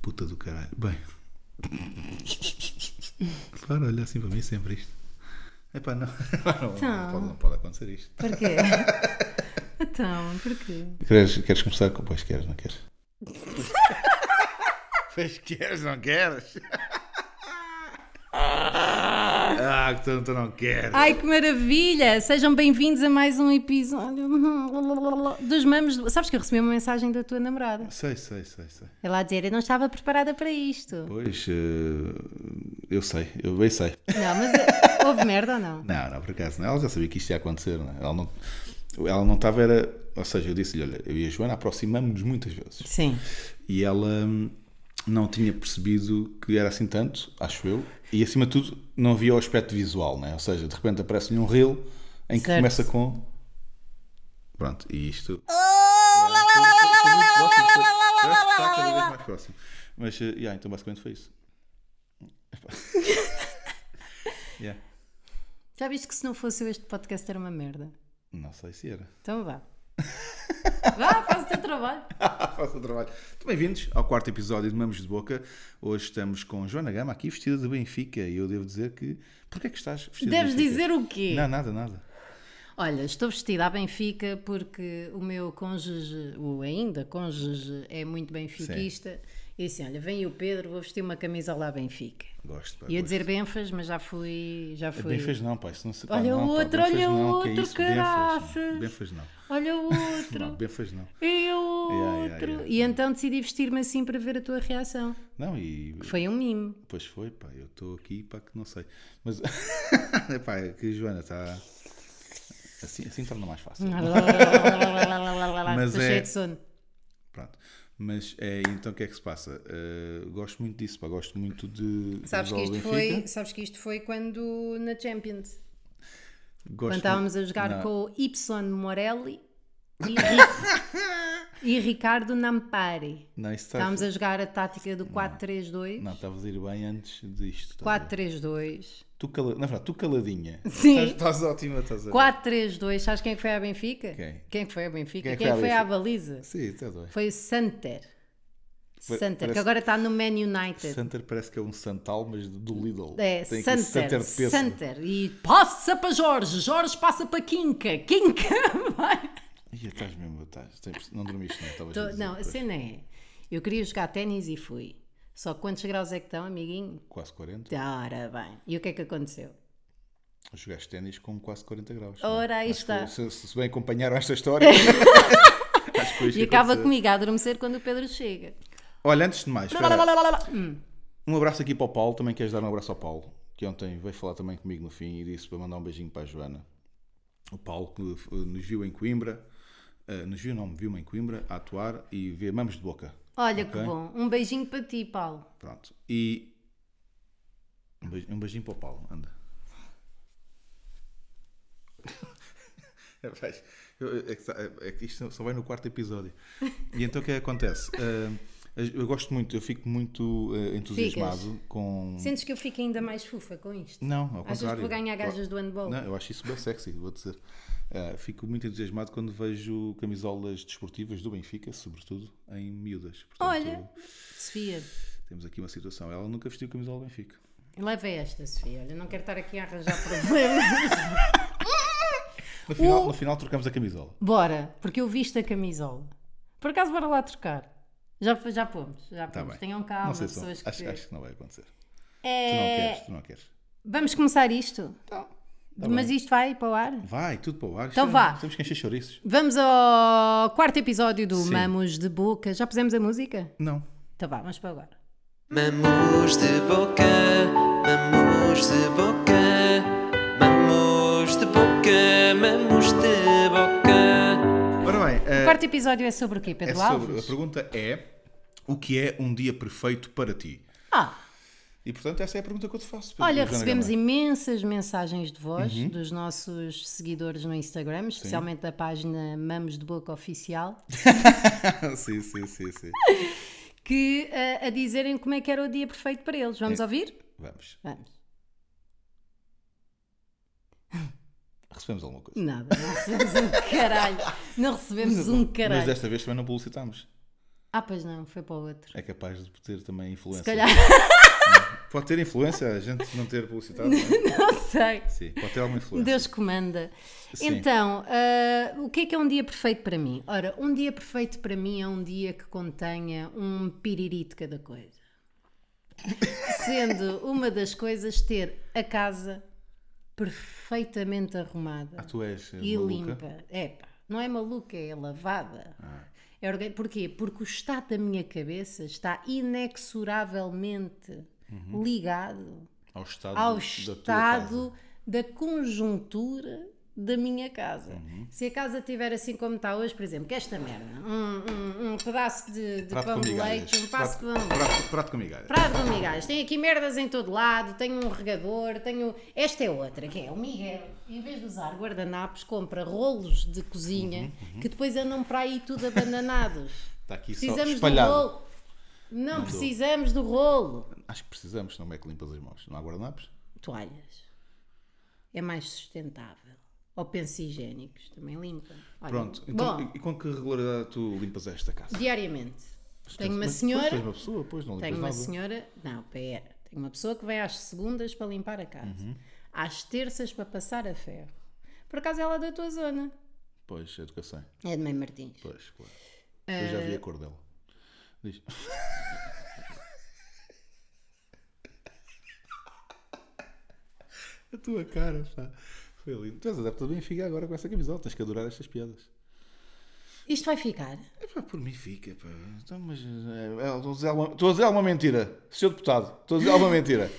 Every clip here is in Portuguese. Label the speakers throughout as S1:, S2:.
S1: puta do caralho. Bem. Para olhar assim para mim sempre isto. Epá, não. Não, não,
S2: Então.
S1: pode, não pode acontecer isto.
S2: Porquê? então, porquê?
S1: Queres, queres começar com. Pois queres, não queres? pois queres, não queres? ah, que tu, tu não queres.
S2: Ai, que maravilha! Sejam bem-vindos a mais um episódio dos mamos. do- Sabes que eu recebi uma mensagem da tua namorada.
S1: Sei, sei, sei, sei.
S2: Ela a dizer, eu não estava preparada para isto.
S1: Pois, eh, eu sei, eu bem sei.
S2: Não, mas eh, houve merda ou não?
S1: Não, não, por acaso não. Ela já sabia que isto ia acontecer, não é? Ela não, ela não estava, era. Ou seja, eu disse-lhe, olha, eu e a Joana aproximamos-nos muitas vezes.
S2: Sim.
S1: E ela hum, não tinha percebido que era assim tanto, acho eu. E acima de tudo, não havia o aspecto visual, né? Ou seja, de repente aparece-lhe um reel em que
S2: Certo.
S1: começa com. Pronto, e isto. Está cada vez mais próximo. Mas, eh, yeah, então basicamente foi isso. Epá. yeah.
S2: Já viste que se não fosse eu este podcast era uma merda?
S1: Não sei se era.
S2: Então vá. Vá, faz o teu trabalho.
S1: Faça o trabalho. Então, Bem-vindos ao quarto episódio de Mamos de Boca. Hoje estamos com Joana Gama aqui vestida de Benfica e eu devo dizer que. Porquê é que estás vestida
S2: Deves
S1: de Benfica?
S2: dizer o quê?
S1: Não, nada, nada.
S2: Olha, estou vestida à Benfica porque o meu cônjuge, o ainda cônjuge, é muito benfiquista. E assim, olha, vem o Pedro, vou vestir uma camisa lá à Benfica.
S1: Gosto. Pá,
S2: Ia
S1: gosto.
S2: dizer Benfas, mas já fui. Já fui.
S1: Bem fez não, pá. Isso não se... pá,
S2: Olha
S1: não,
S2: o
S1: pá,
S2: outro,
S1: bem fez
S2: olha o
S1: não, que é
S2: outro,
S1: isso, bem fez,
S2: caraças.
S1: Bem fez não.
S2: Olha o
S1: Não,
S2: outro!
S1: bem fez não.
S2: e o outro!
S1: Yeah, yeah, yeah.
S2: E então decidi vestir-me assim para ver a tua reação.
S1: Não, e.
S2: Foi um mimo.
S1: Pois foi, pá. Eu estou aqui, pá, que não sei. Mas. é pá, é que Joana está. Assim, assim torna mais fácil. Mas
S2: Estou
S1: é-
S2: cheio de sono.
S1: Pronto. Mas é, então o que é que se passa? Eh, gosto muito disso, pá. Gosto muito de.
S2: Sabes
S1: do
S2: que,
S1: Benfica.
S2: isto foi, sabes que isto foi quando na Champions. Quando
S1: Gosto
S2: estávamos a
S1: muito-
S2: jogar
S1: Não.
S2: com o Y Morelli e, Ri- e Ricardo Nampari.
S1: Não, isso está...
S2: Estávamos a jogar a tática do 4-3-2.
S1: Não, estavas a ir bem antes disto. estás a ver?
S2: 4-3-2.
S1: Tu cala... Na verdade, tu caladinha.
S2: Sim.
S1: Estás, estás ótima, estás a
S2: 4-3-2. Sabes quem é que foi à Benfica?
S1: é. Quem?
S2: é que foi à Benfica?
S1: Quem é
S2: Quem,
S1: que
S2: é
S1: foi à
S2: que foi
S1: Benfica?
S2: à baliza?
S1: Sim, é estás bem.
S2: Foi o Santer.
S1: Pa-
S2: Santer, que
S1: parece-
S2: agora está no Man United.
S1: Santer parece que é um Santal, mas do Lidl.
S2: É,
S1: Tem aqui
S2: Santer,
S1: de peso.
S2: Santer. E passa para Jorge, Jorge passa para Quinca, Quinca vai.
S1: Ih, estás mesmo, estás. tens- Não dormiste, não estavas a
S2: Tô-
S1: dizer
S2: não, a
S1: depois.
S2: cena é: eu queria jogar ténis e fui. Só que quantos graus é que estão, amiguinho?
S1: Quase 40.
S2: Ora bem. E o que é que aconteceu?
S1: Jogaste ténis com quase 40 graus.
S2: Ora, aí
S1: Acho que
S2: está.
S1: Se, se bem acompanharam esta história. acho que foi isto
S2: E
S1: que
S2: acaba
S1: aconteceu.
S2: comigo a adormecer quando o Pedro chega.
S1: Olha, antes de mais, espera.
S2: Hum.
S1: Um abraço aqui para o Paulo, também queres dar um abraço ao Paulo, que ontem veio falar também comigo no fim e disse para mandar um beijinho para a Joana. O Paulo que eh, nos viu em Coimbra, eh, nos viu não, me viu em Coimbra a atuar e vê mamos de boca.
S2: Olha
S1: Ok.
S2: que bom. Um beijinho para ti, Paulo.
S1: Pronto. E um beij- um beijinho, para o Paulo, anda. Rapaz, eu- é que sa- é que isto só vai no quarto episódio. E então o que é que acontece? Eh, eu gosto muito, eu fico muito eh, entusiasmado com.
S2: Sentes que eu fico ainda mais fofa com isto?
S1: Não, ao
S2: Achas que
S1: contrário.
S2: vou ganhar
S1: Eu-
S2: gajas do handball?
S1: Não, eu acho isso bem sexy, vou dizer. Ah, fico muito entusiasmado quando vejo camisolas desportivas do Benfica, sobretudo em miúdas. Portanto,
S2: Olha. Sofia,
S1: Temos aqui uma situação. Ela nunca vestiu camisola do Benfica.
S2: leva esta, Sofia. Olha, não quero estar aqui a arranjar problemas.
S1: No final, no final trocamos a camisola.
S2: Bora, porque eu visto a camisola. Por acaso, bora lá trocar. Já, já pomos, já
S1: Está
S2: pomos.
S1: Tá bem.
S2: Tenham calma,
S1: não sei se vão-
S2: pessoas que...
S1: acho, acho que não vai acontecer. Tu não
S2: É,
S1: queres, tu não queres.
S2: Vamos começar isto?
S1: Tá.
S2: Mas isto vai para o ar?
S1: Vai, tudo para o ar.
S2: Então
S1: Isto-
S2: vá.
S1: Temos que encher chouriços.
S2: Vamos ao quarto episódio do
S1: Sim.
S2: Mamos de Boca. Já pusemos a música?
S1: Não.
S2: Então vá, vamos para agora.
S3: Mamos de boca, mamos de boca, mamos de boca, mamos de boca.
S1: Ora bem, eh,
S2: O quarto episódio é sobre o quê,
S1: é
S2: Pedro
S1: sobre, a
S2: Alves?
S1: pergunta é: o que é um dia perfeito para ti?
S2: Ah,
S1: E portanto, essa é a pergunta que eu te faço. Pedro
S2: Olha,
S1: Joana
S2: recebemos
S1: Gama. Uhum.
S2: imensas mensagens de voz dos nossos seguidores no Instagram, especialmente da página Mamos de Boca Oficial,
S1: sim, sim, sim, sim.
S2: que eh, a dizerem como é que era o dia perfeito para eles.
S1: É.
S2: Vamos ouvir?
S1: Vamos.
S2: Vamos.
S1: Recebemos alguma coisa.
S2: Nada, não recebemos um caralho. Não recebemos um
S1: Mas
S2: caralho.
S1: desta vez também não publicitámos.
S2: Ah, pois não, foi para o outro.
S1: É capaz de ter também influência.
S2: Se calhar,
S1: Pode ter influência a gente não ter publicitado. não é?
S2: não sei.
S1: Sim, pode ter alguma influência.
S2: Deus comanda.
S1: Sim.
S2: Então, ah, o que é que é um dia perfeito para mim? Ora, um dia perfeito para mim é um dia que contenha um piriri de cada coisa. Sendo uma das coisas ter a casa perfeitamente arrumada
S1: Ah, tu és
S2: e
S1: maluca?
S2: limpa. É, pá, não é maluca, é lavada.
S1: Ah.
S2: É orga- Porquê? Porque o estado da minha cabeça está inexoravelmente
S1: Uhum.
S2: ligado
S1: Ao estado,
S2: ao
S1: da Tua
S2: estado da conjuntura da minha casa.
S1: Uhum.
S2: Se a casa estiver assim como está hoje, por exemplo, que esta merda, um, um- um pedaço de, de
S1: casa. Prato
S2: pão
S1: com
S2: de
S1: migalhas.
S2: leite, um passo de pão
S1: prato, prato, prato com migalhas.
S2: Prado do Migalhas, tem aqui merdas em todo lado, tenho um regador, tenho. Esta é outra, que é o Miguel, em vez de usar guardanapos, compra rolos de cozinha que depois andam para aí tudo abandanados.
S1: Está Tá aqui Uhum, só
S2: precisamos um do
S1: espalhado.
S2: rolo. Não, precisamos do rolo.
S1: Acho que precisamos, não é que limpas as mãos. Não há guardanapos?
S2: Toalhas. É mais sustentável. Ou pensos higiênicos, também limpa. Olha,
S1: Pronto. Então,
S2: bom,
S1: e com que regularidade tu limpas esta casa?
S2: diariamente. Tenho uma
S1: Mas, pois,
S2: senhora.
S1: Tens uma pessoa, pois, não limpas
S2: Tenho uma
S1: nada.
S2: senhora, não, pera, tenho uma pessoa que vem às segundas para limpar a casa,
S1: Uhum.
S2: às terças para passar a ferro. Por acaso ela é da tua zona,
S1: Pois, educação.
S2: é de Mãe Martins.
S1: Pois, claro.
S2: Eh,
S1: Eu já vi a cor dela. Diz. a tua cara, pá. Foi lindo. Tu és adepto do Benfica agora com essa camisola. Tens que adorar estas piadas.
S2: Isto vai ficar.
S1: É pá, por mim fica, pá. Então, mas, é, é, estou, a dizer alguma, estou a dizer alguma mentira, senhor deputado. Estou a dizer alguma mentira.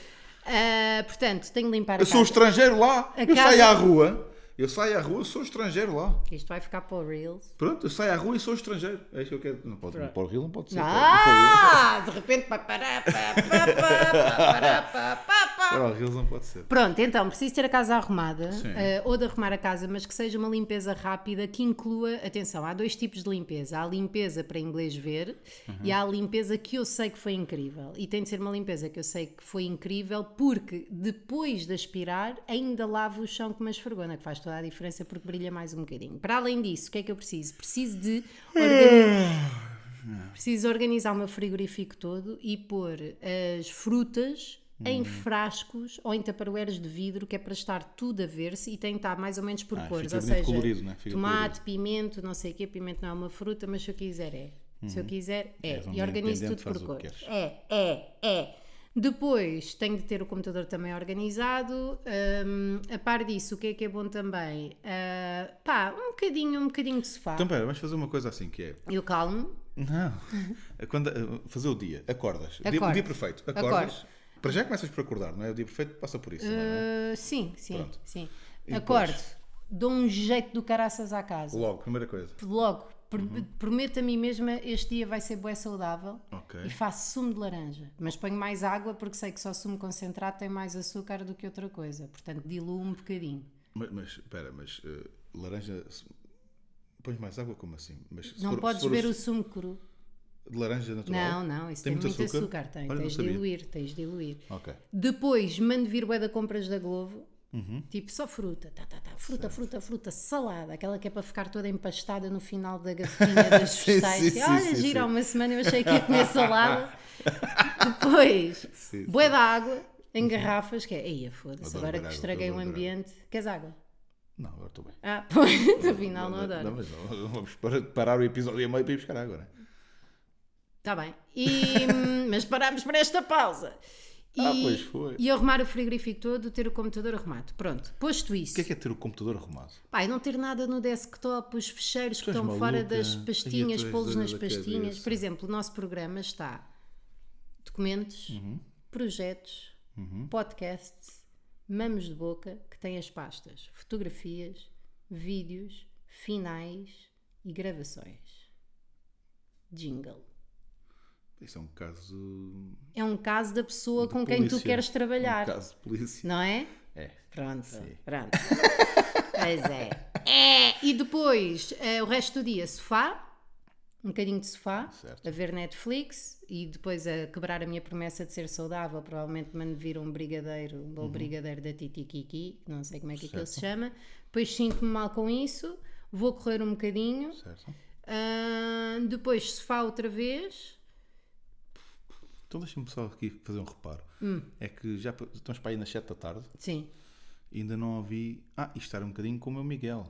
S2: Ah, portanto, tenho de limpar a
S1: Eu sou
S2: casa.
S1: estrangeiro lá.
S2: A
S1: eu
S2: casa-
S1: saio à rua. Eu saio à rua, sou estrangeiro lá.
S2: Isto vai ficar para o Reels.
S1: Pronto, eu saio à rua e sou estrangeiro. É isso que eu quero. Não pode, não pode rir, não pode ser. pá.
S2: Ah, de repente. pá, pará, pá, pá, pá, pá, pá, pá, pá.
S1: Para o Reels não pode ser.
S2: Pronto, então preciso ter a casa arrumada
S1: Sim.
S2: eh, ou de arrumar a casa, mas que seja uma limpeza rápida que inclua, atenção, há dois tipos de limpeza. Há a limpeza para inglês ver e há a limpeza que eu sei que foi incrível. E tem de ser uma limpeza que eu sei que foi incrível porque depois de aspirar ainda lavo o chão com uma esfregona, que faz toda a diferença porque brilha mais um bocadinho. Para além disso, o que é que eu preciso? Preciso de organi- Preciso organizar o meu frigorífico todo e pôr as frutas
S1: Hum.
S2: em frascos ou em taparoeiras de vidro, que é para estar tudo a ver-se e tem de estar mais ou menos por
S1: Ah,
S2: cores.
S1: fica
S2: Ou
S1: bonito
S2: seja,
S1: colorido, né? Fica
S2: tomate, pimento, não sei o quê, pimento não é uma fruta, mas se eu quiser é. Se eu quiser é.
S1: És um
S2: e organizo
S1: independente,
S2: tudo por
S1: faz o que
S2: cores. É, é, é. Depois tenho de ter o computador também organizado. Hum, a par disso, o que é que é bom também? Ah, pá, um bocadinho, um bocadinho de sofá.
S1: Então, pera, vamos fazer uma coisa assim que é.
S2: Eu calmo,
S1: Não. Quando, eh, fazer o dia. Acordas. O Dia,
S2: Acordo.
S1: o dia perfeito. Acordas. Para já começas por acordar, não é? O dia perfeito passa por isso. também, não é?
S2: Uh, sim, sim,
S1: Pronto.
S2: sim.
S1: E depois?
S2: Acordo, dou um jeito do caraças à casa.
S1: Logo, Uhum. primeira coisa.
S2: Logo, pr- prometo a mim mesma este dia vai ser bué saudável
S1: Ok.
S2: e faço sumo de laranja. Mas ponho mais água porque sei que só sumo concentrado tem mais açúcar do que outra coisa. Portanto, diluo um bocadinho.
S1: Mas, mas espera, mas eh, laranja. se- Pões mais água como assim? Mas se
S2: Não
S1: for- se
S2: podes
S1: for
S2: beber o sumo cru.
S1: De laranja natural?
S2: Não, não, isso tem, muito açúcar. tem,
S1: Olha, não
S2: tens de
S1: sabia.
S2: diluir, tens de diluir.
S1: Ok.
S2: Depois mando vir bué da compras da Glovo.
S1: Uhum.
S2: Tipo, só fruta, tá, tá, tá, fruta, fruta, fruta, salada, aquela que é para ficar toda empastada no final da garrafinha das
S1: Sim,
S2: vegetais.
S1: sim,
S2: Tipo,
S1: sim, sim,
S2: Olha, gira
S1: sim.
S2: uma semana, eu achei que ia comer salada. Depois,
S1: Sim, Uhum.
S2: bué da água em garrafas, que é, eia, foda-se,
S1: Adoro
S2: agora
S1: beber
S2: que
S1: água,
S2: estraguei o
S1: adoro beber
S2: ambiente. Queres água?
S1: Não, agora estou bem.
S2: Ah, pois, afinal não adoro.
S1: mas não, não vamos parar, parar o episódio a meio para ir buscar água, não é?
S2: Está Tá bem. E, hum, mas parámos para esta pausa. E,
S1: Ah, pois foi.
S2: E arrumar o frigorífico todo, ter o computador arrumado. Pronto, posto isso.
S1: O que é que é ter o computador arrumado?
S2: Pai, não ter nada no desktop, os fecheiros que
S1: és
S2: estão
S1: maluca.
S2: fora das
S1: Aí
S2: pastinhas,
S1: atrás
S2: pô-los
S1: da-
S2: nas
S1: da
S2: pastinhas.
S1: cabeça.
S2: Por exemplo, o nosso programa está documentos,
S1: Uhum.
S2: projetos, podcasts, mamos de boca, que tem as pastas, fotografias, vídeos, finais e gravações. Jingle.
S1: Isso é um caso.
S2: É um caso da pessoa
S1: de
S2: com quem tu
S1: polícia.
S2: queres trabalhar,
S1: Um caso de polícia.
S2: não é?
S1: É.
S2: Pronto, pronto. pois é. É, E depois, eh, o resto do dia, sofá, um bocadinho de sofá,
S1: Certo.
S2: a ver Netflix e depois a quebrar a minha promessa de ser saudável. Provavelmente mando vir um brigadeiro, um
S1: Uhum.
S2: bom brigadeiro da Titi Kiki, que não sei como é que aquilo se chama. Depois sinto-me mal com isso, vou correr um bocadinho.
S1: Certo.
S2: Ah, Ahn, depois sofá outra vez.
S1: Então deixa-me só aqui fazer um reparo.
S2: Hum.
S1: É que já p- estamos para aí nas 7 da tarde
S2: Sim.
S1: e ainda não ouvi. Ah, e estar um bocadinho com o meu Miguel.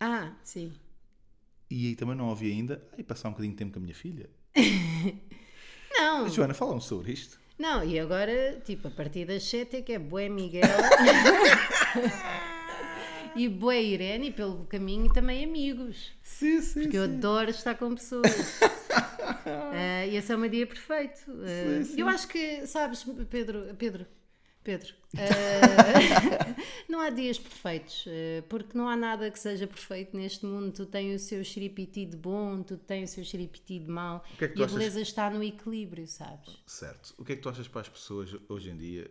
S2: Ah, sim.
S1: E aí também não ouvi ainda. Ah, e passar um bocadinho de tempo com a minha filha.
S2: Não,
S1: Joana, fala-me sobre isto.
S2: não, e agora, tipo, a partir das 7 é que é Bué Miguel e Bué Irene, e pelo caminho também amigos.
S1: Sim, sim.
S2: Porque eu adoro estar com pessoas. Ah, e esse é o meu dia perfeito.
S1: Sim,
S2: Ah,
S1: sim.
S2: Eu acho que, sabes, Pedro, Pedro, Pedro, ah, não há dias perfeitos, ah, porque não há nada que seja perfeito neste mundo. Tu tens o seu xeripiti de bom, tu tens o seu xeripiti de mau.
S1: que é que tu
S2: e a
S1: achas-
S2: beleza está no equilíbrio, sabes?
S1: Certo. O que é que tu achas para as pessoas hoje em dia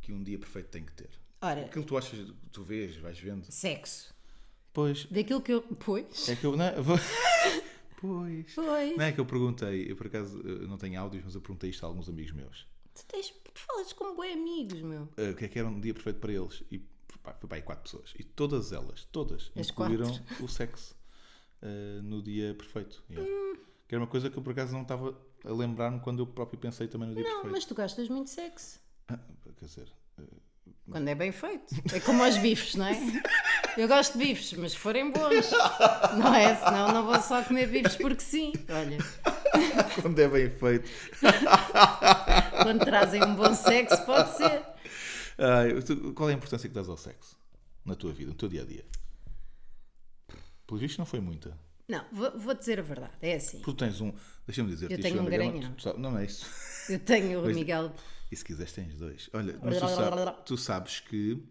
S1: que um dia perfeito tem que ter?
S2: Ora,
S1: Aquilo que tu achas, tu vês, vais vendo.
S2: sexo.
S1: Pois.
S2: Daquilo que eu. Pois.
S1: É que eu. Não, é? vou... pois.
S2: Pois.
S1: Não é que eu perguntei, eu por acaso eh, não tenho áudios, mas eu perguntei isto a alguns amigos meus.
S2: Tu, tens, tu falas como boi amigos, meu.
S1: eh, o que é que era um dia perfeito para eles. E pá, foi para aí quatro pessoas. E todas elas, todas,
S2: As
S1: incluíram o sexo eh, no dia perfeito. Yeah.
S2: Hum.
S1: Que era uma coisa que eu por acaso não estava a lembrar-me quando eu próprio pensei também no dia
S2: Não,
S1: perfeito.
S2: mas tu gastas muito sexo.
S1: Ah, quer dizer,
S2: Quando é bem feito. É como aos bifes, não é? Eu gosto de bifes, mas se forem bons. Não é? Senão não vou só comer bifes porque sim. Olha,
S1: quando é bem feito.
S2: quando trazem um bom sexo, pode ser.
S1: Ai, tu- qual é a importância que dás ao sexo na tua vida, no teu dia a dia? Pelo visto, não foi muita.
S2: Não, vou, vou dizer a verdade. É assim.
S1: Porque tu tens um. Deixa-me dizer,
S2: Eu tenho um garanhão.
S1: Não é isso.
S2: Eu tenho o Miguel.
S1: E se quiseres, tens dois. Olha, mas tu, sa- tu sabes que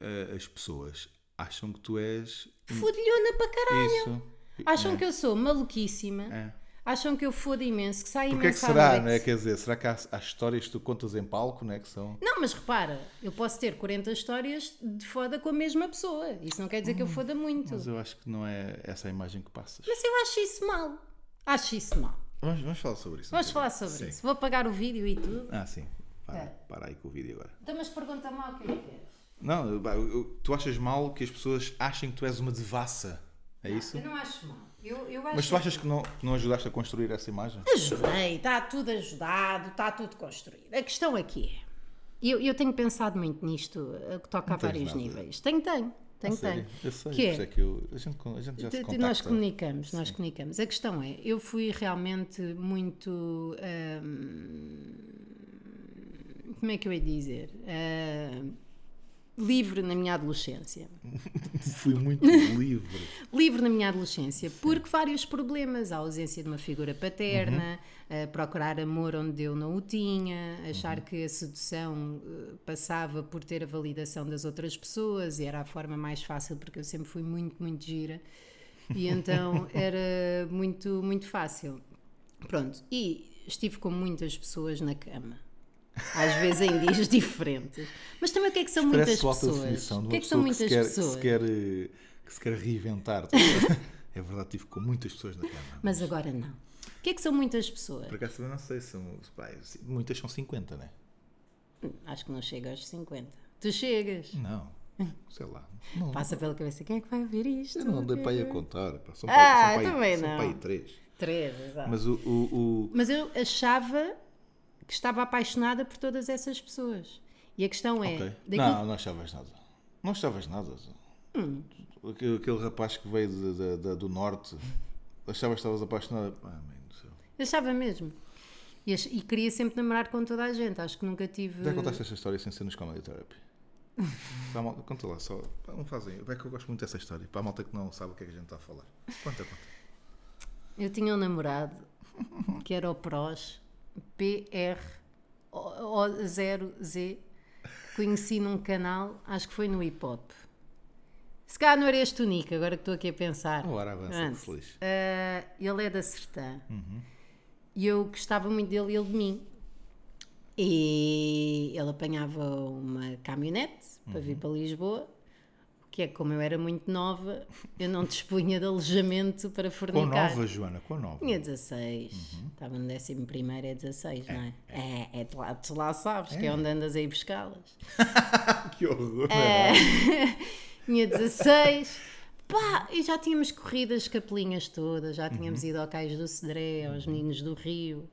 S1: eh, as pessoas acham que tu és.
S2: Fodilhona para caralho.
S1: Isso.
S2: Acham que eu sou maluquíssima.
S1: É.
S2: Acham que eu fodo imenso, que saio
S1: Porquê é que
S2: imenso à
S1: será,
S2: noite.
S1: não é? Quer dizer, será que há, há histórias que tu contas em palco, não é? Que são.
S2: Não, mas repara, eu posso ter 40 histórias de foda com a mesma pessoa. Isso não quer dizer que eu foda muito.
S1: Mas eu acho que não é essa a imagem que passas.
S2: Mas eu acho isso mal. Acho isso mal.
S1: Vamos, vamos falar sobre isso.
S2: Vamos
S1: um
S2: falar
S1: bocadinho.
S2: sobre
S1: Sim.
S2: isso. Vou apagar o vídeo e tudo.
S1: Ah, sim. Para,
S2: É.
S1: para aí com o vídeo agora.
S2: Então, mas pergunta-me lá o que é que é.
S1: Não, eu- eu- tu achas mal que as pessoas achem que tu és uma devassa? É isso?
S2: Eu não acho mal. Eu, eu acho
S1: Mas tu achas que não, que não ajudaste a construir essa imagem?
S2: Ajudei, está tudo ajudado, está tudo construído. A questão aqui é. Eu, eu tenho pensado muito nisto, a que toca a
S1: tens
S2: vários
S1: nada.
S2: níveis. Tenho, tenho. Tenho,
S1: Sério?
S2: tenho.
S1: Eu sei,
S2: que
S1: por
S2: é,
S1: isso é que eu, a, gente, con- a gente já se
S2: Tu- tu-
S1: contacta.
S2: Nós comunicamos, nós comunicamos. A questão é, eu fui realmente muito. hum, como é que eu ia dizer? Hum, livre na minha adolescência.
S1: Tipo, Fui muito livre.
S2: livre na minha adolescência, porque vários problemas, a ausência de uma figura paterna,
S1: Uhum.
S2: eh, procurar amor onde eu não o tinha, achar que a sedução eh, passava por ter a validação das outras pessoas e era a forma mais fácil porque eu sempre fui muito, muito gira e então era muito, muito fácil. Pronto, e estive com muitas pessoas na cama. Às vezes em dias diferentes. Mas também o que é que são muitas
S1: Parece alta
S2: pessoas?
S1: definição de
S2: O
S1: uma
S2: que é que são
S1: pessoa que
S2: muitas
S1: se quer, que
S2: pessoas?
S1: se quer, eh, que se quer reinventar. estás a ver? é verdade, tive com muitas pessoas na cama.
S2: Mas agora não. O que é que são muitas pessoas?
S1: Por acaso, eu não sei, são, pá, muitas são 50, né?
S2: Acho que não chega aos 50. Tu chegas.
S1: Não, sei lá. Não,
S2: Passa pela cabeça. Quem é que vai ouvir isto?
S1: eu não andei para aí a contar. pá, São
S2: Ah,
S1: para aí-
S2: eu também
S1: são
S2: não.
S1: para aí três.
S2: Três, exato.
S1: Mas
S2: Mas...
S1: o- o- o,
S2: eu achava que estava apaixonada por todas essas pessoas. E a questão é.
S1: Ok.
S2: daquilo-
S1: Não, não achavas nada. Não achavas nada.
S2: Hum.
S1: Aquele, aquele rapaz que veio de- de- de- do norte, achavas que estavas apaixonada. Ah, mãe do céu.
S2: Achava mesmo. E, ach- e queria sempre namorar com toda a gente. Acho que nunca tive.
S1: Já é contaste esta história sem ser nos Comedy Therapy? Para a malta, conta lá só. Pá, não fazem. É que eu gosto muito dessa história. Para a malta que não sabe o que é que a gente está a falar. Conta, conta.
S2: Eu tinha um namorado que era o PROS PR0Z, conheci num canal, acho que foi no hip hop. Se calhar não era este o Nick, agora que estou aqui a pensar.
S1: Agora avança, Uhum. que
S2: Antes.
S1: feliz.
S2: Ah, ele é da Sertã. E eu gostava muito dele e ele de mim. E ele apanhava uma caminhonete para
S1: Uhum.
S2: vir para Lisboa, que é que como eu era muito nova, eu não dispunha de alojamento para
S1: Com
S2: fornicar.
S1: nova, Joana, com nova.
S2: Tinha 16. Estava no décimo primeiro, é 16, não é? É, é, tu, lá, tu lá sabes, que é onde andas aí buscá-las.
S1: é Que horror, não é?
S2: Tinha 16. Pá, e já tínhamos corrido as capelinhas todas, já tínhamos ido ao Cais do Cedré, aos Meninos do Rio,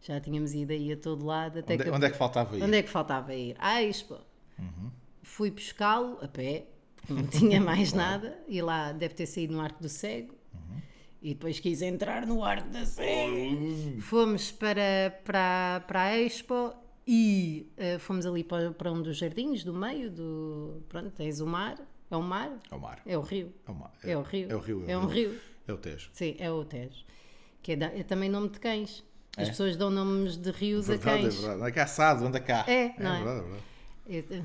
S2: já tínhamos ido aí a todo lado. Até
S1: Onde,
S2: que,
S1: onde é que faltava ir?
S2: onde é que faltava ir? À Expo.
S1: Uhum.
S2: Fui buscá-lo a pé, porque não tinha mais nada, e lá deve ter saído no Arco do Cego.
S1: Uhum.
S2: E depois quis entrar no Arco do Cego. Fomos para, para, para a Expo e eh, fomos ali para, para um dos jardins do meio do. Pronto, tens o mar. É o mar?
S1: Ao mar.
S2: É o rio.
S1: Ao mar.
S2: É o rio.
S1: É o rio.
S2: É um rio.
S1: É o Tejo.
S2: Sim, é o Tejo. Que é, da- é também nome de cães. As pessoas dão nomes de rios a
S1: É? Verdade, é
S2: cães.
S1: verdade. Anda cá, assado, anda cá.
S2: É, não é?
S1: verdade, é verdade.
S2: E-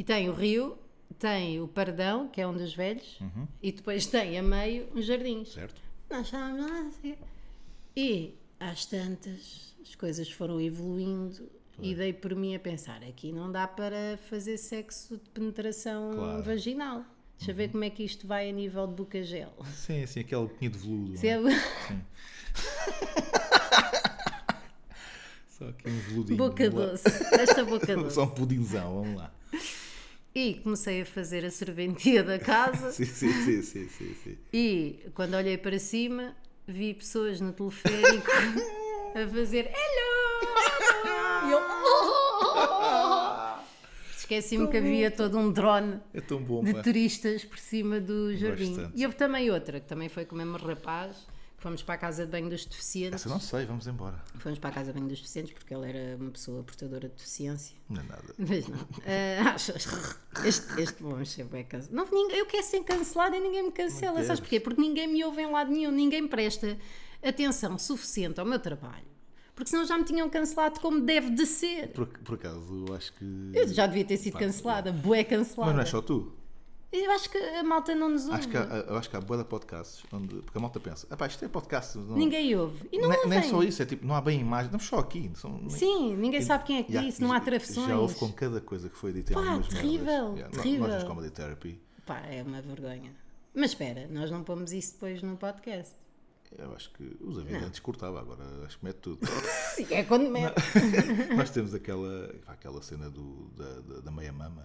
S2: E tem o rio, tem o Pardão, que é um dos velhos, e depois tem a meio uns jardins.
S1: Uhum. Certo.
S2: Nós estávamos lá assim. E às tantas, as coisas foram evoluindo e dei por mim a pensar: aqui não dá para fazer sexo de penetração
S1: Claro. Uhum.
S2: vaginal. Deixa eu ver como é que isto vai a nível de bucagel.
S1: Sim, assim, aquele boquinho de veludo.
S2: Se
S1: não é?
S2: é
S1: Só aqui um veludinho.
S2: boca
S1: Vamos lá.
S2: doce, esta boca doce.
S1: Só um pudinzão, vamos lá.
S2: E comecei a fazer a serventia da casa.
S1: Sim, sim, sim, sim, sim. sim.
S2: E quando olhei para cima, vi pessoas no teleférico a fazer hello! hello!" E eu. "Oh!" Esqueci-me que havia todo um drone
S1: É tão bom,
S2: de
S1: pá.
S2: turistas por cima do jardim.
S1: tanto.
S2: E houve também outra, que também foi com o mesmo rapaz, que fomos para a casa de banho dos deficientes.
S1: Essa eu não sei, vamos embora.
S2: Fomos para a casa de banho dos deficientes porque ele era uma pessoa portadora de deficiência.
S1: Não é nada.
S2: Mas não. Ah, achas? Este, este vamos ser bem cancelado. Não, ninguém, eu quero ser cancelado e ninguém me cancela. Sabes porquê? Porque ninguém me ouve em lado nenhum, ninguém presta atenção suficiente ao meu trabalho. Porque senão já me tinham cancelado como deve de ser.
S1: Por, por acaso, eu acho que.
S2: Eu já devia ter sido cancelada, bué
S1: Mas não
S2: cancelada.
S1: é só tu.
S2: Eu acho que a malta não nos ouve.
S1: Acho que há, eu acho que há boa de podcasts onde. Porque a malta pensa, "Ah pá, isto é podcast. Não...
S2: Ninguém ouve. E não
S1: nem,
S2: ouvem.
S1: nem só isso, é tipo, não há bem imagem, estamos só aqui. São...
S2: Sim, ninguém sabe quem é que
S1: Já-
S2: disse, não há
S1: já-
S2: travessões.
S1: Já houve com cada coisa que foi dita em
S2: Pá,
S1: algumas merdas.
S2: terrível,
S1: Yeah, nós-
S2: terrível.
S1: Nós, nas Comedy Therapy,
S2: Pá, é uma vergonha. Mas espera, nós não pomos isso depois no podcast.
S1: eu acho que os aviantes cortava, agora acho que mete tudo.
S2: Sim, é quando mete.
S1: nós temos aquela, pá, aquela cena do, da, da, da meia mama.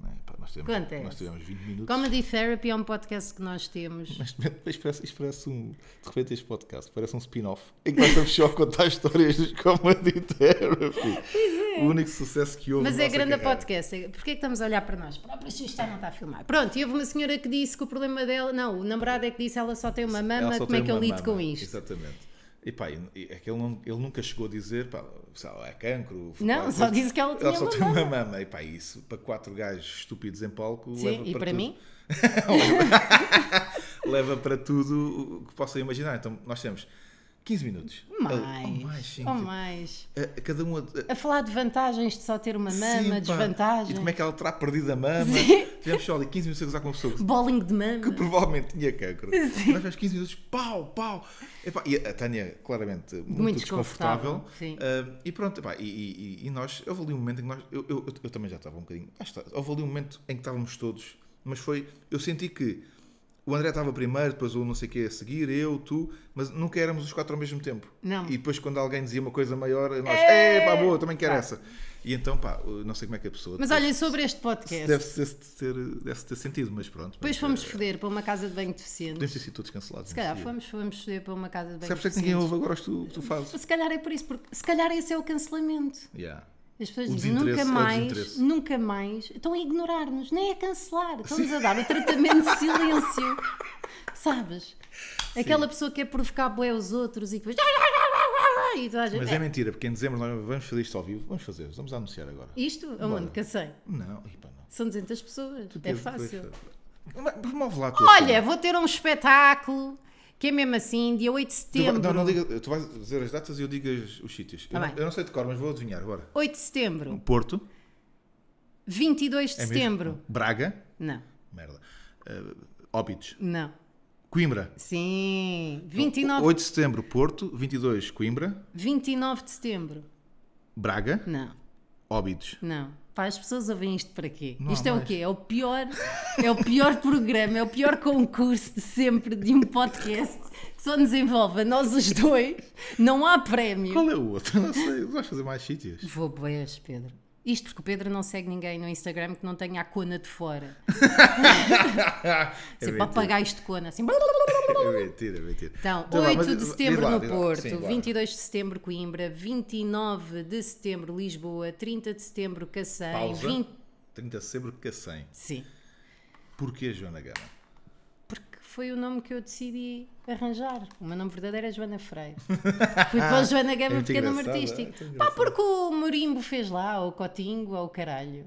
S1: Não é? Pá, nós, tivemos,
S2: Acontece.
S1: nós tivemos 20 minutos.
S2: Comedy Therapy é um podcast que nós temos.
S1: Neste momento, mas parece, isto parece um. De repente, este podcast parece um spin-off em que nós estamos só a contar histórias dos Comedy Therapy. O único sucesso que houve.
S2: é. Mas
S1: na
S2: é
S1: nossa
S2: grande a
S1: carreira.
S2: podcast. é- Porquê é que estamos a olhar para nós? Próprias isto já não está a filmar. Pronto, e houve uma senhora que disse que o problema dela. Não, o namorado é que disse ela só tem uma
S1: Ela
S2: mama,
S1: só
S2: como é
S1: tem
S2: que eu
S1: uma
S2: lido
S1: mama,
S2: com isto?
S1: Exatamente. E pá, e- e é que ele, não- ele nunca chegou a dizer, pá, sei lá, é cancro.
S2: Não,
S1: sei
S2: só
S1: lá,
S2: disse que ela tinha
S1: só
S2: uma
S1: tem
S2: mama.
S1: uma mama. E pá, isso para quatro gajos estúpidos em palco.
S2: Sim,
S1: leva
S2: e
S1: um
S2: para,
S1: tudo-
S2: mim?
S1: Leva para tudo o que possam imaginar. Então nós temos 15 minutos.
S2: Mais.
S1: Ou oh, mais, sim.
S2: ou
S1: tipo,
S2: mais.
S1: a- a cada um. a- a-
S2: A falar de vantagens de só ter uma
S1: Sim,
S2: mama,
S1: pá.
S2: desvantagens.
S1: E como é que ela terá perdido a mama?
S2: Sim.
S1: Tivemos só ali 15 minutos a gozar com uma pessoa que
S2: Bowling de mama.
S1: provavelmente tinha cancro. Nós
S2: Sim.
S1: tivemos 15 minutos, pau, pau. Epá, e a Tânia, claramente, muito, desconfortável.
S2: desconfortável, sim.
S1: Ah, e pronto, epá, e, e- e- e nós, houve ali um momento em que nós, eu, eu- eu também já estava um bocadinho, acho que está- houve ali um momento em que estávamos todos, mas foi, eu senti que o André estava primeiro, depois o não sei o que a seguir, eu, tu, mas nunca éramos os quatro ao mesmo tempo.
S2: Não.
S1: E depois quando alguém dizia uma coisa maior, nós,
S2: É!
S1: é pá, boa, também quero essa. E então, pá, eu não sei como é que a pessoa...
S2: Mas
S1: depois-
S2: olhem sobre este podcast.
S1: Deve-se ter, deve ter sentido, mas pronto.
S2: Depois
S1: mas,
S2: fomos
S1: eh,
S2: foder para uma casa de banho deficiente.
S1: Podemos ter sido todos cancelados.
S2: Se calhar fomos, fomos foder para uma casa de banho
S1: Sabes é que
S2: deficiente.
S1: ninguém ouve agora o que tu, o que tu fazes.
S2: Se calhar é por isso, porque se calhar esse é o cancelamento.
S1: Yeah.
S2: As pessoas
S1: O
S2: dizem
S1: desinteresse
S2: nunca
S1: é o
S2: mais,
S1: desinteresse.
S2: nunca mais. Estão a ignorar-nos, nem a cancelar. Estão-nos a dar o tratamento de silêncio. Sabes? Aquela pessoa que quer provocar bué aos outros e que faz. E tu achas,
S1: Mas
S2: "É,
S1: é mentira, porque em dezembro nós vamos fazer isto ao vivo. Vamos fazer, vamos anunciar agora.
S2: Isto? Aonde? Cansei.
S1: Não, epa, não.
S2: São 200 pessoas. É fácil.
S1: Mas Promove lá a tua
S2: Olha,
S1: cena.
S2: vou ter um espetáculo que é mesmo assim, dia 8 de
S1: Tu vai-
S2: setembro.
S1: não, não diga, tu vais dizer as datas e eu digo as- os sítios.
S2: Tá
S1: eu, não-
S2: bem.
S1: eu não sei de cor, mas vou adivinhar, bora.
S2: 8 de setembro.
S1: Porto.
S2: 22 de
S1: é mesmo?
S2: setembro.
S1: Braga.
S2: Não,
S1: Merda. Eh, Óbidos.
S2: não.
S1: Coimbra.
S2: Sim. 29,
S1: 8 de setembro, Porto. 22, Coimbra.
S2: 29 de setembro.
S1: Braga.
S2: Não.
S1: Óbidos.
S2: Não. Pá, as pessoas ouvem isto para quê?
S1: Não há
S2: isto é o
S1: mais.
S2: quê? É o pior, é o pior programa, é o pior concurso de sempre de um podcast que só nos envolve a nós os dois. Não há prémio.
S1: Qual é o outro? Não sei. Vais fazer mais sítios.
S2: Vou boias, Pedro. Isto porque o Pedro não segue ninguém no Instagram que não tenha a cona de fora.
S1: É
S2: Assim,
S1: mentira.
S2: papagaios de cona, assim.
S1: É mentira, é mentira.
S2: Então,
S1: vá,
S2: 8
S1: mas
S2: de
S1: diz
S2: setembro
S1: lá,
S2: no
S1: diz lá.
S2: Porto,
S1: Sim, vá.
S2: 22 de setembro Coimbra, 29 de setembro Lisboa, 30 de setembro Cacém,
S1: Pausa.
S2: 20...
S1: 30 de setembro, que é 100.
S2: Sim,
S1: Porquê Joana Gama?
S2: porque foi o nome que eu decidi arranjar. O meu nome verdadeiro é Joana Freire. Fui para Joana
S1: É
S2: Gama
S1: muito
S2: porque é nome
S1: engraçado,
S2: artístico.
S1: é muito
S2: Pá,
S1: engraçado.
S2: porque o Morimbo fez lá, ou o Cotingo, ou o caralho.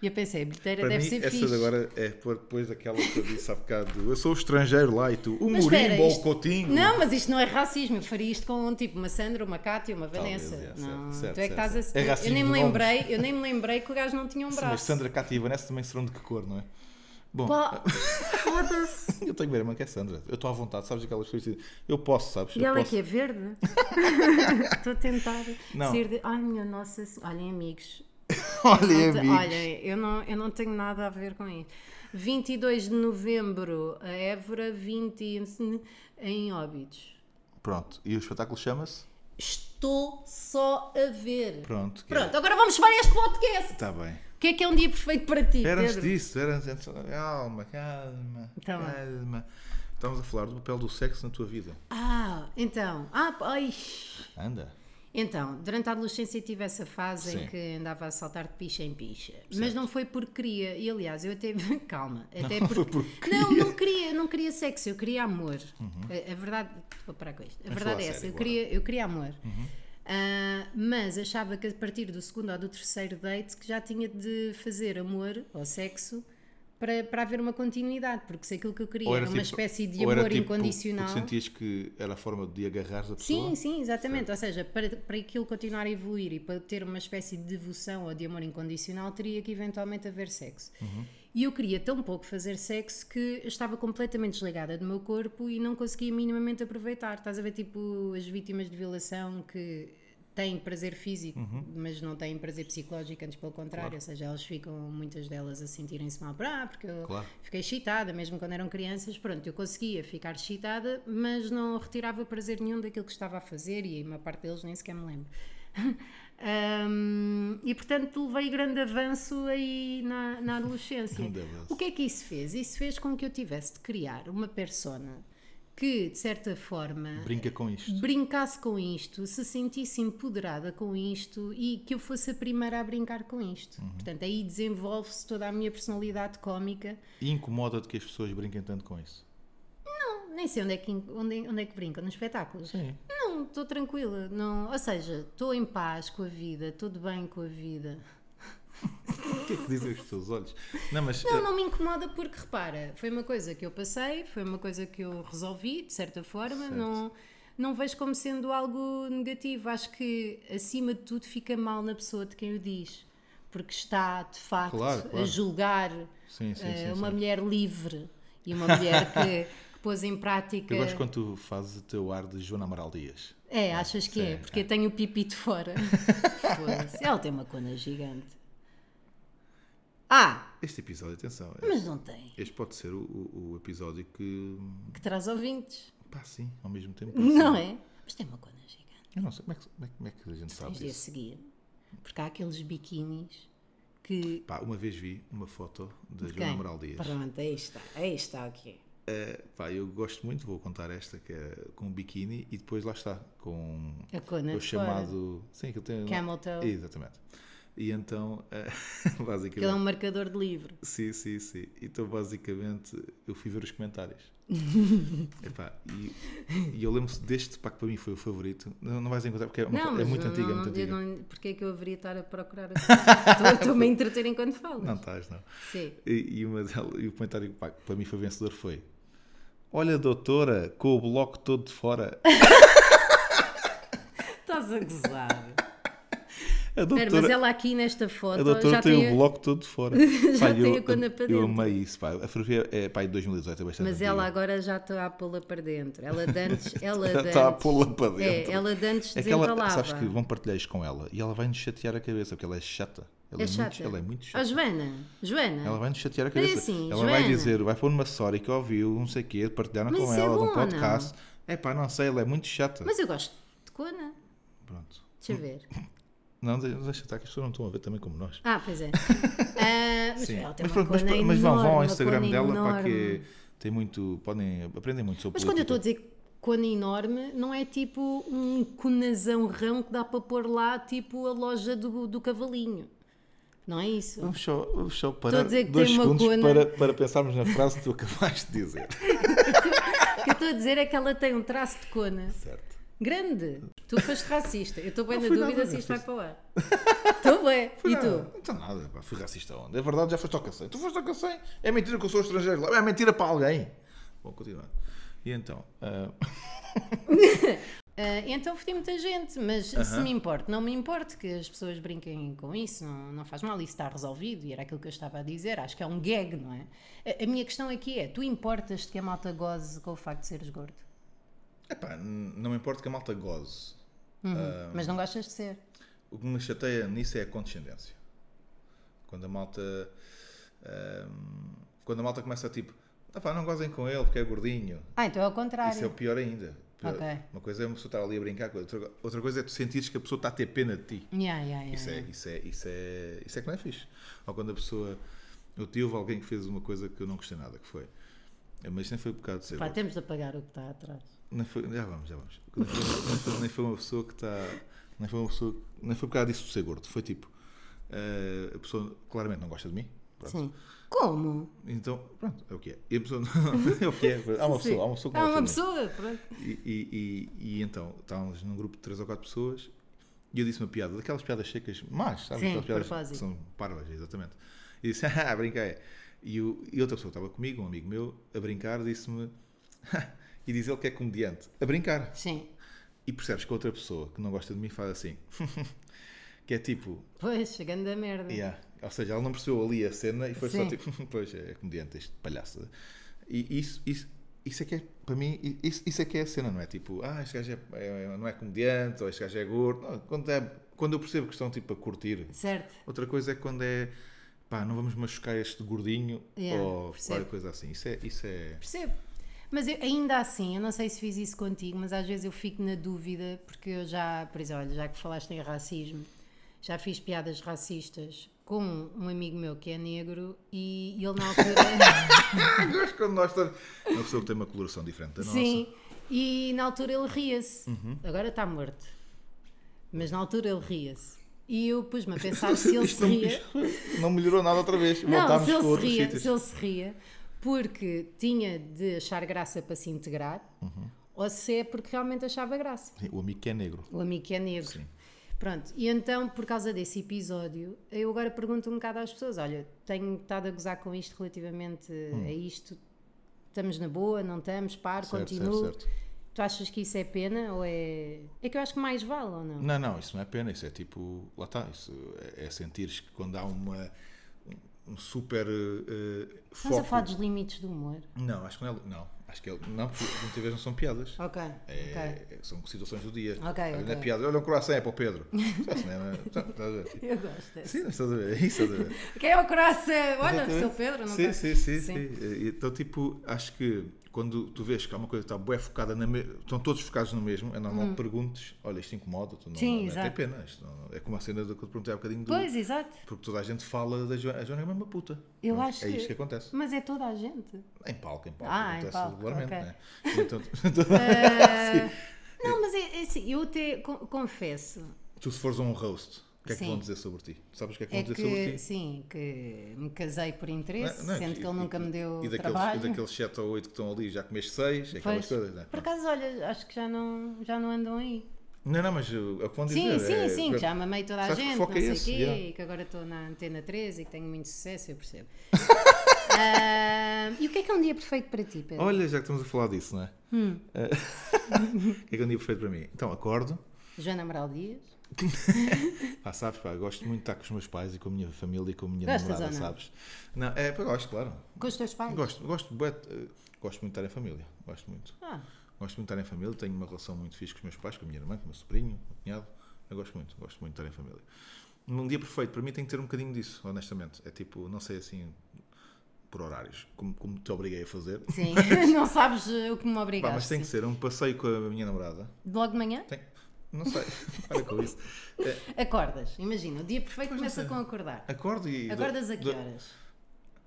S2: E eu pensei, a bilheteira
S1: Para
S2: deve
S1: mim,
S2: ser
S1: essa
S2: fixe.
S1: agora é pôr depois daquela que eu disse há bocado. do, Eu sou estrangeiro lá e tu, o
S2: Mas espera,
S1: Murimbo é ou o
S2: isto-
S1: Coutinho.
S2: Não, mas isto não é racismo. Eu faria isto com tipo uma Sandra, uma Cátia, uma Vanessa.
S1: é, certo,
S2: não,
S1: certo,
S2: tu é que
S1: certo,
S2: estás a...
S1: certo. É racismo
S2: eu nem
S1: de
S2: me
S1: nomes.
S2: lembrei, eu nem me lembrei que o gajo não tinha um
S1: Sim, mas
S2: braço.
S1: Sandra Cátia e Vanessa também serão de que cor, não é? Bom,
S2: Pá, foda-se.
S1: eu tenho uma irmã que é Sandra. Eu estou à vontade, sabes aquelas coisas que dizem, Eu posso, sabes?
S2: E
S1: eu
S2: ela é
S1: posso.
S2: que é verde? Estou a tentar
S1: Não.
S2: ser de. Ai, minha nossa. Senhora. Olhem, amigos.
S1: Olha,
S2: Malta,
S1: amigos.
S2: Olhem, eu não, eu não tenho nada a ver com isso. 22 de novembro, a Évora, 20 em- em Óbidos.
S1: Pronto, e o espetáculo chama-se?
S2: Estou só a ver.
S1: Pronto. que é-
S2: Pronto, agora vamos para este podcast.
S1: Está bem.
S2: O que é que é um dia perfeito para ti,
S1: Era antes
S2: Pedro?
S1: disso, era antes. Calma, calma.
S2: Tá bem.
S1: calma. Estamos a falar do papel do sexo na tua vida.
S2: Ah, então. Ah, ai.
S1: Anda.
S2: Então, durante a adolescência tive essa fase
S1: Sim.
S2: em que andava a saltar de picha em picha. Mas não foi porque queria. E aliás, eu até. Calma. Até
S1: Não foi
S2: porque...
S1: porque
S2: Não, não queria, não queria sexo, eu queria amor. A, a verdade. Vou parar com isto. A
S1: Uhum. falar
S2: verdade é
S1: sério
S2: essa, eu
S1: agora. Uhum.
S2: queria, eu queria amor. Ah, mas achava que a partir do segundo ou do terceiro date que já tinha de fazer amor ou sexo para, para haver uma continuidade, porque se aquilo que eu queria era, uma espécie de
S1: ou era
S2: amor
S1: tipo,
S2: incondicional.
S1: Porque sentias que era a forma de agarrares a pessoa?
S2: Sim, sim, exatamente. Ou seja, para, para aquilo continuar a evoluir e para ter uma espécie de devoção ou de amor incondicional, teria que eventualmente haver sexo. E eu queria tão pouco fazer sexo que eu estava completamente desligada do meu corpo e não conseguia minimamente aproveitar. Estás a ver, tipo, as vítimas de violação que têm prazer físico, mas não têm prazer psicológico, antes pelo contrário. Ou seja, elas ficam, muitas delas, a sentirem-se mal. Ah, porque eu
S1: Claro.
S2: fiquei excitada, mesmo quando eram crianças. Pronto, eu conseguia ficar excitada, mas não retirava prazer nenhum daquilo que estava a fazer e uma parte deles nem sequer me lembro. Hum, e portanto levei grande avanço aí na, na adolescência.
S1: Grande avanço.
S2: O que é que isso fez? Isso fez com que eu tivesse de criar uma persona que, de certa forma,
S1: Brinca com isto.
S2: brincasse com isto, se sentisse empoderada com isto e que eu fosse a primeira a brincar com isto.
S1: Uhum.
S2: Portanto, aí desenvolve-se toda a minha personalidade cómica.
S1: E incomoda-te que as pessoas brinquem tanto com isso?
S2: Não, nem sei onde é que, onde, onde é que brinco, nos espetáculos.
S1: Sim.
S2: Não, estou tranquila. Não, ou seja, estou em paz com a vida, estou de bem com a vida.
S1: O que é que dizem os teus olhos? Não, mas.
S2: Não,
S1: eh,
S2: não me incomoda porque, repara, foi uma coisa que eu passei, foi uma coisa que eu resolvi, de certa forma, não, não vejo como sendo algo negativo. Acho que, acima de tudo, fica mal na pessoa de quem o diz, porque está, de facto,
S1: Claro, claro.
S2: a julgar
S1: Sim, sim, sim,
S2: eh, uma
S1: sim.
S2: mulher livre e uma mulher que, que pôs em prática...
S1: Eu gosto quando tu fazes o teu ar de Joana Amaral Dias.
S2: É, achas que é,
S1: Sim,
S2: porque eu tenho o pipi de fora. Foda-se, ela tem uma cona gigante. Ah,
S1: Este episódio, atenção, é-
S2: mas não tem.
S1: este pode ser o, o- o episódio que. hum,
S2: Que traz ouvintes.
S1: pá, sim, ao mesmo tempo.
S2: Não é? Mas tem uma coisa gigante.
S1: Eu não sei, como é que, como é que- como é que a gente sabe
S2: Tens de a
S1: isso?
S2: seguir. Porque há aqueles biquinis que.
S1: Pá, uma vez vi uma foto da Joana
S2: Quem?
S1: Amaral Dias.
S2: Pronto, aí está. Aí está o quê?
S1: Pá, eu gosto muito, vou contar esta, que é com um biquíni e depois lá está, com
S2: A cona
S1: o
S2: de fora.
S1: chamado. Sim, que tem.
S2: Camel toe.
S1: Exatamente. E então, eh, basicamente.
S2: Aquilo é um marcador de livro.
S1: Sim, sim, sim. Então, basicamente, eu fui ver os comentários. Epá, e, e eu lembro-me deste, pá, que para mim foi o favorito. Não, não vais encontrar, porque é, uma
S2: Não,
S1: fo-
S2: mas
S1: é muito
S2: não,
S1: antiga, é
S2: não,
S1: muito
S2: eu
S1: antiga. Não,
S2: não- Porquê é que eu haveria de estar a procurar? Estou- Estou-me a entreter enquanto falas.
S1: estás, não.
S2: Sim.
S1: E, e uma dela- e o comentário pá, que para mim foi vencedor foi: Olha, doutora, com o bloco todo de fora.
S2: Estás a gozar.
S1: A
S2: Espera, mas
S1: doutora,
S2: ela aqui nesta foto
S1: a doutora
S2: já
S1: tem um
S2: a-
S1: o bloco todo de fora.
S2: Já
S1: Pá,
S2: tem
S1: eu,
S2: a cona para
S1: eu
S2: dentro.
S1: amei isso, pá. A ferrovia é pá, de 2018, é bastante.
S2: Mas
S1: antiga.
S2: ela agora já está a pô-la para dentro. Ela de antes. Ela de
S1: Está a
S2: antes-
S1: pô-la para dentro.
S2: É, ela de antes
S1: É que ela-
S2: desentalava.
S1: sabes que vão partilhar isto com ela e ela vai nos chatear a cabeça, porque ela é chata. Ela
S2: É
S1: é, Muito,
S2: chata.
S1: ela é muito
S2: Ó,
S1: chata.
S2: Joana, Joana.
S1: Ela vai nos chatear a
S2: Mas é
S1: cabeça.
S2: assim,
S1: ela vai
S2: Joana.
S1: dizer, vai pôr numa história que ouviu, não sei o quê, partilharam
S2: Mas
S1: com
S2: isso é
S1: ela
S2: bom
S1: num
S2: ou
S1: podcast. É pá, não sei, ela é muito chata.
S2: Mas eu gosto de cona.
S1: Pronto.
S2: Deixa eu ver.
S1: Não, de- deixa estar que as pessoas não estão a ver também como nós.
S2: Ah, pois é. Ah, mas,
S1: Sim.
S2: ela tem
S1: Mas,
S2: uma
S1: pronto, mas,
S2: cona
S1: mas vão, vão ao
S2: enorme, uma
S1: Instagram
S2: cona
S1: dela para
S2: enorme.
S1: que tem muito. Podem aprender muito sobre
S2: Mas quando eu estou a
S1: política.
S2: dizer cona enorme, não é tipo um conazão rão que dá para pôr lá, tipo a loja do, do cavalinho. Não é isso?
S1: Vamos só, vamos só parar
S2: a dizer que
S1: dois
S2: tem uma
S1: segundos
S2: cona.
S1: para, para pensarmos na frase que tu acabaste de dizer.
S2: O que eu estou a dizer é que ela tem um traço de cona
S1: certo.
S2: grande. Tu foste racista. Eu estou bem
S1: Não
S2: na
S1: fui nada
S2: dúvida se isto vai
S1: racista.
S2: para o ar. Estou bem.
S1: Fui
S2: e
S1: nada,
S2: tu?
S1: Não está nada, pá. Fui racista onde? É verdade, já foste ao cacém. Tu foste ao cacém? É mentira que eu sou estrangeiro lá. É mentira para alguém. Bom, continuar. E então. ah,
S2: Ah, então fodi muita gente, mas se me importo, não me importo que as pessoas brinquem com isso, não, não faz mal, isso está resolvido e era aquilo que eu estava a dizer, acho que é um gag, não é? A, a minha questão aqui é: tu importas-te que a malta goze com o facto de seres gordo,
S1: Epá, n- não me importa que a malta goze. Uhum.
S2: Ah, mas não gostas de ser?
S1: O que me chateia nisso é a condescendência. Quando a malta. ahm, quando a malta começa a tipo. "Ah pá, não gozem com ele porque é gordinho.
S2: Ah, então é ao contrário.
S1: Isso é o pior ainda. Pior-
S2: Ok.
S1: Uma coisa é uma pessoa estar ali a brincar com a outra, outra coisa é tu sentires que a pessoa está a ter pena de ti.
S2: Yeah, yeah, yeah,
S1: Isso é,
S2: yeah.
S1: isso, é, isso, é, isso é que não é fixe. Ou quando a pessoa. Eu tive alguém que fez uma coisa que eu não gostei nada, que foi. "Ah, Mas isto nem foi por causa de ser.
S2: Pá,
S1: gordo.
S2: temos de apagar o que está atrás.
S1: Não foi, já vamos, já vamos. Nem foi, nem foi- nem foi uma pessoa que está. Nem foi uma pessoa. Nem foi por causa disso de ser gordo. Foi tipo. eh, a pessoa claramente não gosta de mim. Pronto.
S2: Sim. Como?
S1: Então, pronto, é o que é. E a pessoa. é o que é. Há uma
S2: Sim.
S1: pessoa, há uma pessoa que
S2: Há
S1: não
S2: uma
S1: gosta de mim.
S2: pessoa, pronto.
S1: E, e, e, e então, estávamos num grupo de 3 ou 4 pessoas e eu disse uma piada, daquelas piadas secas, mas, sabes?
S2: Sim,
S1: aquelas
S2: de
S1: piadas
S2: propósito.
S1: que são parvas, exatamente. E disse, ah, brinca é. E, o- e outra pessoa que estava comigo, um amigo meu, a brincar, disse-me, "Ah", e diz ele que é comediante, a brincar.
S2: Sim.
S1: E percebes que a outra pessoa que não gosta de mim faz assim, que é tipo,
S2: Pois, chegando da merda.
S1: Yeah. Ou seja, ela não percebeu ali a cena e foi
S2: Sim.
S1: só tipo, pois é, é comediante este palhaço. E isso, isso, isso é que é, para mim, i- isso, isso é que é a cena, não é? Tipo, ah, este gajo é, é- não é comediante, ou este gajo é gordo. Não, quando, é, quando eu percebo que estão tipo a curtir.
S2: Certo.
S1: Outra coisa é quando é, pá, não vamos machucar este gordinho
S2: Yeah,
S1: ou
S2: percebo.
S1: qualquer coisa assim. Isso é, isso é...
S2: Percebo. Mas eu- ainda assim, eu não sei se fiz isso contigo, mas às vezes eu fico na dúvida, porque eu já, por exemplo, olha, já que falaste em racismo, já fiz piadas racistas com um amigo meu que é negro e ele na altura.
S1: Eu gosto quando nós estamos... Uma pessoa que tem uma coloração diferente da nossa. Uhum.
S2: Sim, e na altura ele ria-se. Agora está morto. Mas na altura ele ria-se. E eu pus-me a pensar se ele
S1: Isto é um
S2: se
S1: não,
S2: ria.
S1: isto não melhorou nada outra vez.
S2: Não,
S1: Voltámos
S2: se ele
S1: para
S2: se
S1: outros
S2: ria,
S1: sítios.
S2: se ele se ria, porque tinha de achar graça para se integrar,
S1: Uhum.
S2: ou se é porque realmente achava graça.
S1: Sim, O amigo que é negro.
S2: O amigo que é negro. Pronto, e então por causa desse episódio, eu agora pergunto um bocado às pessoas: olha, tenho estado a gozar com isto relativamente
S1: Hum.
S2: a isto, estamos na boa, não estamos, par,
S1: Certo, certo,
S2: continuo.
S1: certo.
S2: Tu achas que isso é pena ou é. É que eu acho que mais vale ou não?
S1: Não, não, isso não é pena, isso é tipo, lá está, isso é, é sentires que quando há uma um super eh, eh,
S2: Estamos a falar
S1: foco.
S2: dos limites do humor.
S1: Não, acho que não é, não, acho que é, não, porque muitas vezes não são piadas.
S2: Ok,
S1: É- São situações do dia.
S2: Ok,
S1: Olha,
S2: ok.
S1: Na piada, olha um coração é para o Pedro. Isso não é- Estás a ver?
S2: ok. Eu gosto. dessa.
S1: Sim, estás a ver? Isso, estás a ver?
S2: Quem é o coração? Olha, o
S1: Exatamente.
S2: seu Pedro, não tá?
S1: sim,
S2: está?
S1: sim, sim, sim. Eh, Então, tipo, acho que quando tu vês que há uma coisa que está bem focada na me... estão todos focados no mesmo, é normal que perguntes, olha, isto incomoda, tu não,
S2: Hum. Sim,
S1: não é
S2: exato.
S1: até pena. Isto não- É como a cena do que eu te perguntei há bocadinho do...
S2: Pois, exato.
S1: Porque toda a gente fala da Joana, a Joana é mesmo uma puta.
S2: Eu
S1: Não é?
S2: acho
S1: É isto
S2: que-
S1: que acontece.
S2: Mas é toda a gente.
S1: Em palco, em palco.
S2: Ah, em
S1: acontece
S2: palco,
S1: regularmente,
S2: ok. Eh,
S1: né? Então, tu-
S2: Não, mas é, é assim, eu até co- confesso.
S1: tu se fores a um roast, o que é que
S2: Sim.
S1: vão dizer sobre ti? Tu sabes o que é que vão
S2: É
S1: dizer sobre
S2: que,
S1: ti?
S2: sim, que me casei por
S1: Não é?
S2: interesse,
S1: Não é?
S2: sendo que
S1: E-
S2: ele nunca
S1: e-
S2: me deu
S1: e daqueles,
S2: trabalho.
S1: E daqueles 7 ou 8 que estão ali, já comeste 6, aquelas
S2: Pois.
S1: coisas, né?
S2: Por acaso, olha, acho que já não, já não andam aí.
S1: Não, não, mas uh, é o que vão
S2: Sim,
S1: dizer.
S2: sim,
S1: é-
S2: sim, que já mamei toda a
S1: Sabes que
S2: gente, não
S1: foco é
S2: sei o
S1: esse,
S2: quê,
S1: yeah.
S2: e que agora estou na Antena 13 e que tenho muito sucesso, eu percebo. Ah, e o que é que é um dia perfeito para ti, Pedro?
S1: Olha, já que estamos a falar disso, não é?
S2: Hum.
S1: Eh, O que é que é um dia perfeito para mim? Então, acordo.
S2: Joana Amaral Dias?
S1: Pá, sabes, pá, gosto muito de estar com os meus pais e com a minha família e com a minha
S2: Gostas
S1: namorada,
S2: ou não?
S1: sabes? Não, é, pá, gosto, claro.
S2: Com os teus pais?
S1: Gosto, gosto, bué, eh, gosto muito de estar em família. Gosto muito.
S2: Ah,
S1: Gosto muito de estar em família, tenho uma relação muito fixe com os meus pais, com a minha irmã, com o meu sobrinho, o meu cunhado. Eu gosto muito, gosto muito de estar em família. Um dia perfeito, para mim tem que ter um bocadinho disso, honestamente. É tipo, não sei assim, por horários, como, como te obriguei a fazer.
S2: sim, não sabes eh, o que me
S1: Pá,
S2: obrigaste.
S1: mas tem que ser um passeio com a minha namorada.
S2: Logo de manhã?
S1: Tem- Não sei, para com isso.
S2: Acordas, imagina, o dia perfeito
S1: Pois é. não
S2: começa
S1: sei.
S2: com acordar.
S1: Acordo e.
S2: Acordas a que
S1: dou-
S2: horas?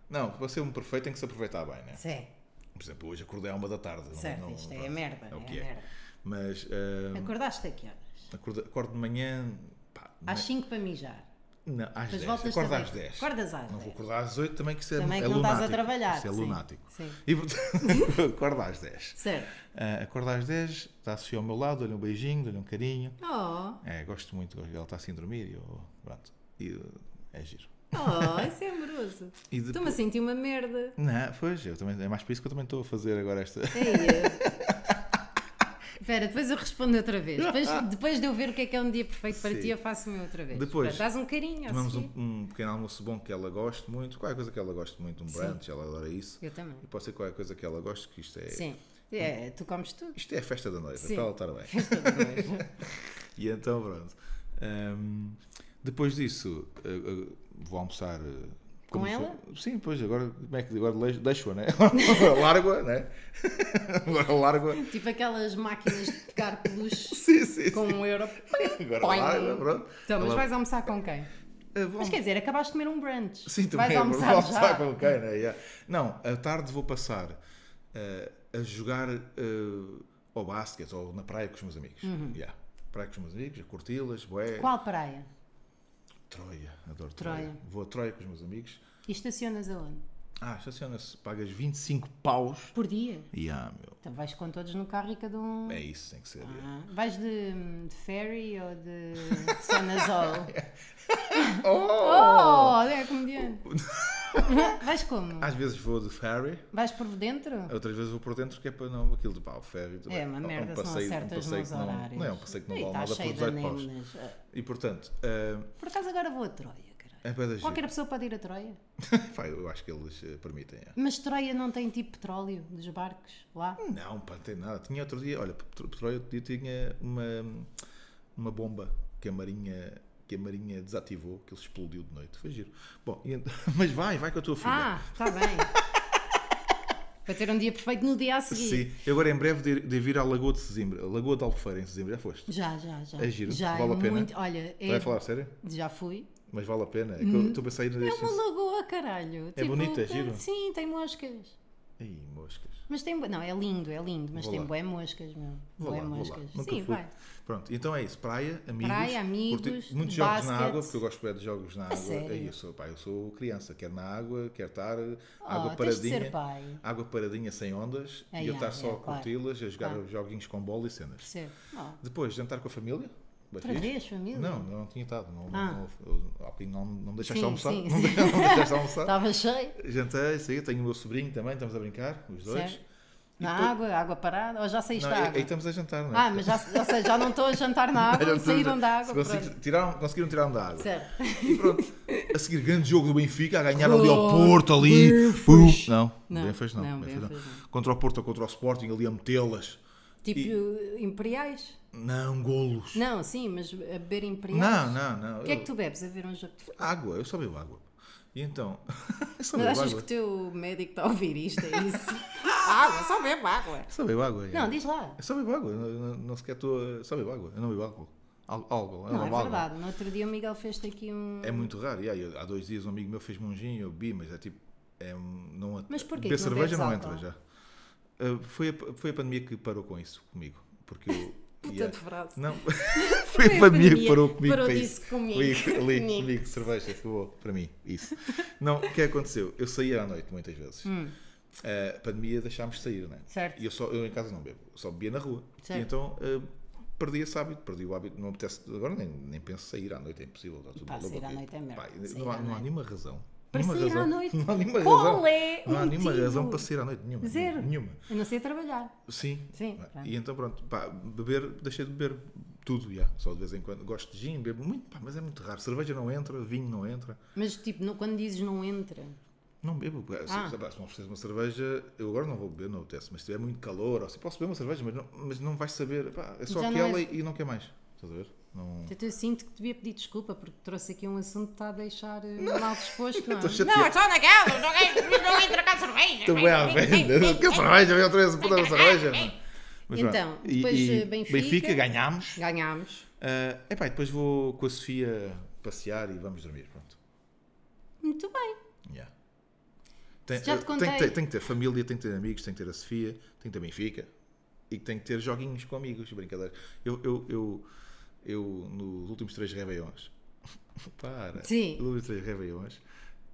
S1: Não, para ser um perfeito tem que se aproveitar bem, né?
S2: Sim,
S1: Por exemplo, hoje acordei à uma da tarde. não-
S2: certo,
S1: não-
S2: isto é
S1: pronto,
S2: merda.
S1: o que
S2: é
S1: é.
S2: merda.
S1: Mas ah,
S2: Acordaste a que horas?
S1: acordo, acordo de manhã. Pá,
S2: Às 5 para mijar.
S1: Não, às
S2: Mas
S1: 10.
S2: voltas
S1: Acordo
S2: também.
S1: às 10.
S2: Acordas às
S1: Não vou
S2: 10.
S1: acordar às 8 também, que isso é,
S2: Também
S1: é
S2: que não
S1: lunático.
S2: estás a trabalhar,
S1: Isso é
S2: sim.
S1: lunático.
S2: Sim.
S1: E portanto, acordo às 10.
S2: Certo.
S1: Ah, acordo às 10, está a Sofia ao meu lado, dou-lhe um beijinho, dou-lhe um carinho.
S2: Oh,
S1: É, gosto muito, ela está assim a dormir e eu. Pronto. E uh, é giro.
S2: oh, isso é amoroso.
S1: E
S2: Estou-me a sentir uma merda.
S1: Não, pois, eu também, é mais por isso que eu também estou a fazer agora esta.
S2: É, Ei, Espera, depois eu respondo outra vez. Depois, depois de eu ver o que é que é um dia perfeito para
S1: Sim.
S2: ti, eu faço o meu outra vez.
S1: Depois,
S2: Pronto, dás um carinho ao
S1: Tomamos um,
S2: seguir.
S1: um pequeno almoço bom que ela gosta muito, qualquer coisa que ela gosta muito, um brunch, ela adora isso.
S2: Eu também.
S1: E pode ser qualquer coisa que ela goste, que isto é.
S2: Sim. É, tu comes tudo.
S1: Isto é a festa da noiva,
S2: Sim.
S1: para ela estar bem.
S2: Pois.
S1: é. E então pronto. Ahm, depois disso, eh, eh, vou almoçar. eh,
S2: Com
S1: como
S2: ela?
S1: foi- Sim, pois agora como é que agora le- deixo-a, né? Agora largo-a, né? Agora largo-a.
S2: tipo aquelas máquinas de pegar peluche
S1: Sim, sim,
S2: com
S1: sim.
S2: um euro.
S1: Agora
S2: Poing.
S1: largo-a, pronto.
S2: Então, mas
S1: Ela-
S2: vais almoçar com quem?
S1: Eh, vou
S2: Mas quer dizer, acabaste de comer um brunch.
S1: Sim, também.
S2: vais
S1: é
S2: almoçar,
S1: verdade. Vou almoçar
S2: já.
S1: com quem, né? Yeah. Não, à tarde vou passar eh, a jogar eh, ao basquete ou na praia com os meus amigos. Yeah. Praia com os meus amigos, a curti-las, bué.
S2: Uhum. Qual praia?
S1: Troia, adoro Troia.
S2: Troia.
S1: Vou a Troia com os meus amigos.
S2: E estacionas aonde?
S1: Ah, estaciona-se, pagas 25 paus.
S2: Por dia?
S1: Yeah, meu.
S2: Então vais com todos no carro e cada um.
S1: É isso, tem que ser.
S2: Ah, vais de, de ferry ou de Sonazol?
S1: Oh!
S2: oh, é comediante. vais como?
S1: Às vezes vou de ferry,
S2: Vais por dentro?
S1: outras vezes vou por dentro, que é para não. Aquilo de pau, ferry. tudo
S2: É
S1: bem.
S2: uma
S1: um
S2: merda, se não
S1: passeio- um
S2: acertas
S1: passeio
S2: nos
S1: que não-
S2: horários.
S1: Não é um passeio que não
S2: Ih,
S1: vale
S2: tá
S1: nada por
S2: cheio de
S1: 18 paus.
S2: anémonas. Ah,
S1: E portanto, ah,
S2: Por acaso agora vou a Troia, caralho.
S1: é para
S2: Qualquer um. pessoa pode ir a Troia.
S1: Pá, eu acho que eles eh, permitem. é.
S2: Mas Troia não tem tipo petróleo dos barcos lá?
S1: Não, pá, não tem nada. Tinha outro dia, olha, Petro- Petróleo outro dia tinha uma, uma bomba que a Marinha que a Marinha desativou, que ele explodiu de noite. Foi giro. Bom, e ent- mas vai, vai com a tua filha.
S2: Ah, está bem. Para ter um dia perfeito no dia a seguir.
S1: Sim, eu agora em breve de, de vir à Lagoa de Sesimbra, Lagoa de Albufeira em Sesimbra, já foste?
S2: Já, já, já.
S1: É giro,
S2: já
S1: vale
S2: é
S1: a pena?
S2: Muito, olha, é-
S1: Vai falar sério?
S2: já fui.
S1: Mas vale a pena. É que eu estou a pensar em ir
S2: É
S1: neste-
S2: uma lagoa, caralho. É
S1: bonito, é giro?
S2: Sim, tem moscas.
S1: Ih, moscas.
S2: Mas tem. bué- Não, é lindo, é lindo, mas
S1: Vou
S2: tem
S1: lá.
S2: boé moscas, meu.
S1: Vou
S2: Boé
S1: lá, vou lá.
S2: moscas.
S1: Nunca
S2: Sim,
S1: fui.
S2: vai.
S1: Pronto, então é isso. Praia, amigos.
S2: Praia, amigos,
S1: curtir- Muitos jogos na
S2: basquete.
S1: água, porque eu gosto bem de jogos na água.
S2: sério?
S1: Aí eu sou, pá, eu sou criança, quero na água, quero estar. eh, água
S2: Oh, tens de
S1: paradinha.
S2: ser pai.
S1: Água paradinha sem ondas
S2: Ah,
S1: e eu
S2: yeah,
S1: estar só
S2: yeah,
S1: a
S2: claro,
S1: curti-las, a jogar
S2: claro.
S1: joguinhos com bola e cenas.
S2: Percebo. Oh,
S1: Depois, jantar com a família. bem
S2: outra
S1: fixe.
S2: vez, família?
S1: Não, não, não tinha estado. Não,
S2: Ah.
S1: não, não, ao fim não, não me deixaste
S2: Sim,
S1: almoçar.
S2: sim,
S1: não,
S2: sim. Tá.
S1: me deixaste- não me deixaste almoçar.
S2: Estava cheio.
S1: Jantei, saí, tenho o meu sobrinho também, estamos a brincar, os dois.
S2: Certo. Na água, água parada. Ou já saíste
S1: Não,
S2: da
S1: aí,
S2: água?
S1: aí estamos a jantar, não é?
S2: Ah, mas já, ou seja, já não estou a jantar na água, saíram da água.
S1: Consegui-
S2: pronto.
S1: tiraram- conseguiram tirar-me da água.
S2: Certo.
S1: E pronto, a seguir, grande jogo do Benfica, a ganhar ali ao
S2: Oh,
S1: Porto, ali.
S2: Benfis.
S1: Pum. Não,
S2: Não,
S1: bem fez não.
S2: não,
S1: Benfis não.
S2: Benfis
S1: Contra o Porto ou contra o Sporting, ali a metê-las.
S2: Tipo imperiais?
S1: Não, golos.
S2: Não, sim, mas a beber imperiais.
S1: Não, não, não.
S2: O que é que
S1: Eu-
S2: tu bebes a ver um jogo de futebol?
S1: Água, eu só bebo água. E então, eu só
S2: Mas
S1: bebo
S2: achas que
S1: água.
S2: o teu médico está a ouvir isto? É isso? água, só bebe água.
S1: Eu só bebo água. é.
S2: Não, diz lá.
S1: Eu só bebo água, eu não, não, não sequer estou. a- Só bebo água, eu não bebo álcool. Al- Álcool, eu
S2: Não, é
S1: bebo álcool.
S2: verdade. No outro dia o Miguel fez-te aqui um.
S1: É muito raro. E aí, eu- há dois dias um amigo meu fez-me um gin, eu bebi, mas é tipo. É, um- não,
S2: Mas porquê
S1: beber
S2: que não
S1: cerveja
S2: bebes
S1: não
S2: álcool?
S1: entra já. Ah, foi, a, pa- foi a pandemia que parou com isso comigo. Porque eu.
S2: Puta
S1: ia-
S2: de frase.
S1: Não, foi a pandemia que parou comigo.
S2: Parou
S1: para
S2: disso
S1: isso.
S2: comigo.
S1: Comigo, ali,
S2: Comigo.
S1: comigo, cerveja, acabou, para mim, isso. Não, o que é que aconteceu? Eu saía à noite muitas vezes. Eh, A pandemia deixámos de sair, né?
S2: Hum. Certo.
S1: E eu, só, eu em casa não bebo, eu só bebia na rua.
S2: Certo.
S1: E então ah, perdi esse hábito, perdi o hábito, não me apetece, agora nem, nem penso sair à noite, é impossível. Está tudo
S2: Pá,
S1: maluco
S2: sair à
S1: aqui.
S2: noite é merda.
S1: Pá,
S2: Sair
S1: não, há,
S2: à
S1: não há
S2: noite.
S1: nenhuma razão.
S2: Para
S1: Nenhuma
S2: sair à
S1: razão.
S2: noite?
S1: Não há nenhuma
S2: Qual
S1: razão.
S2: é o
S1: não há nenhuma
S2: motivo?
S1: razão para sair à noite, nenhuma.
S2: Zero.
S1: Nenhuma.
S2: Eu não sei trabalhar.
S1: Sim.
S2: Sim,
S1: Ah,
S2: pronto.
S1: E então pronto, pá, beber, deixei de beber tudo, já. Só de vez em quando. Gosto de gin, bebo muito, pá, mas é muito raro. Cerveja não entra, vinho não entra.
S2: Mas tipo, não- quando dizes não entra.
S1: Não bebo. pá, Se,
S2: Ah.
S1: se, pá, se me ofereces uma cerveja, eu agora não vou beber, não apetece, mas se tiver muito calor, ou se posso beber uma cerveja, mas não, mas não vais saber, pá, é só
S2: Já não
S1: aquela
S2: é-
S1: e, e não quer mais. Estás a ver? Não...
S2: Portanto, eu sinto que devia pedir desculpa porque trouxe aqui um assunto que está a deixar eh, mal disposto. Não, é?
S1: Estou
S4: Não, é
S1: chateado.
S4: só naquela, não é- não entra cá cerveja.
S1: Estou bem à venda. Que cerveja? Eu trouxe puta da cerveja. mano. Mas
S2: Então,
S1: pronto. E-
S2: depois,
S1: e
S2: eh, Benfica.
S1: Benfica, ganhámos.
S2: Ganhámos.
S1: Ah, epá, e depois vou com a Sofia passear e vamos dormir. Pronto.
S2: Muito bem.
S1: Yeah. Tem, eh,
S2: Já te
S1: tem que
S2: contei.
S1: ter, tem que ter família, tem que ter amigos, tem que ter a Sofia, tem que ter Benfica e tem que ter joguinhos com amigos, brincadeiras. Eu, eu, eu, eu nos últimos três Réveillons, para,
S2: Sim.
S1: nos últimos três Réveillons,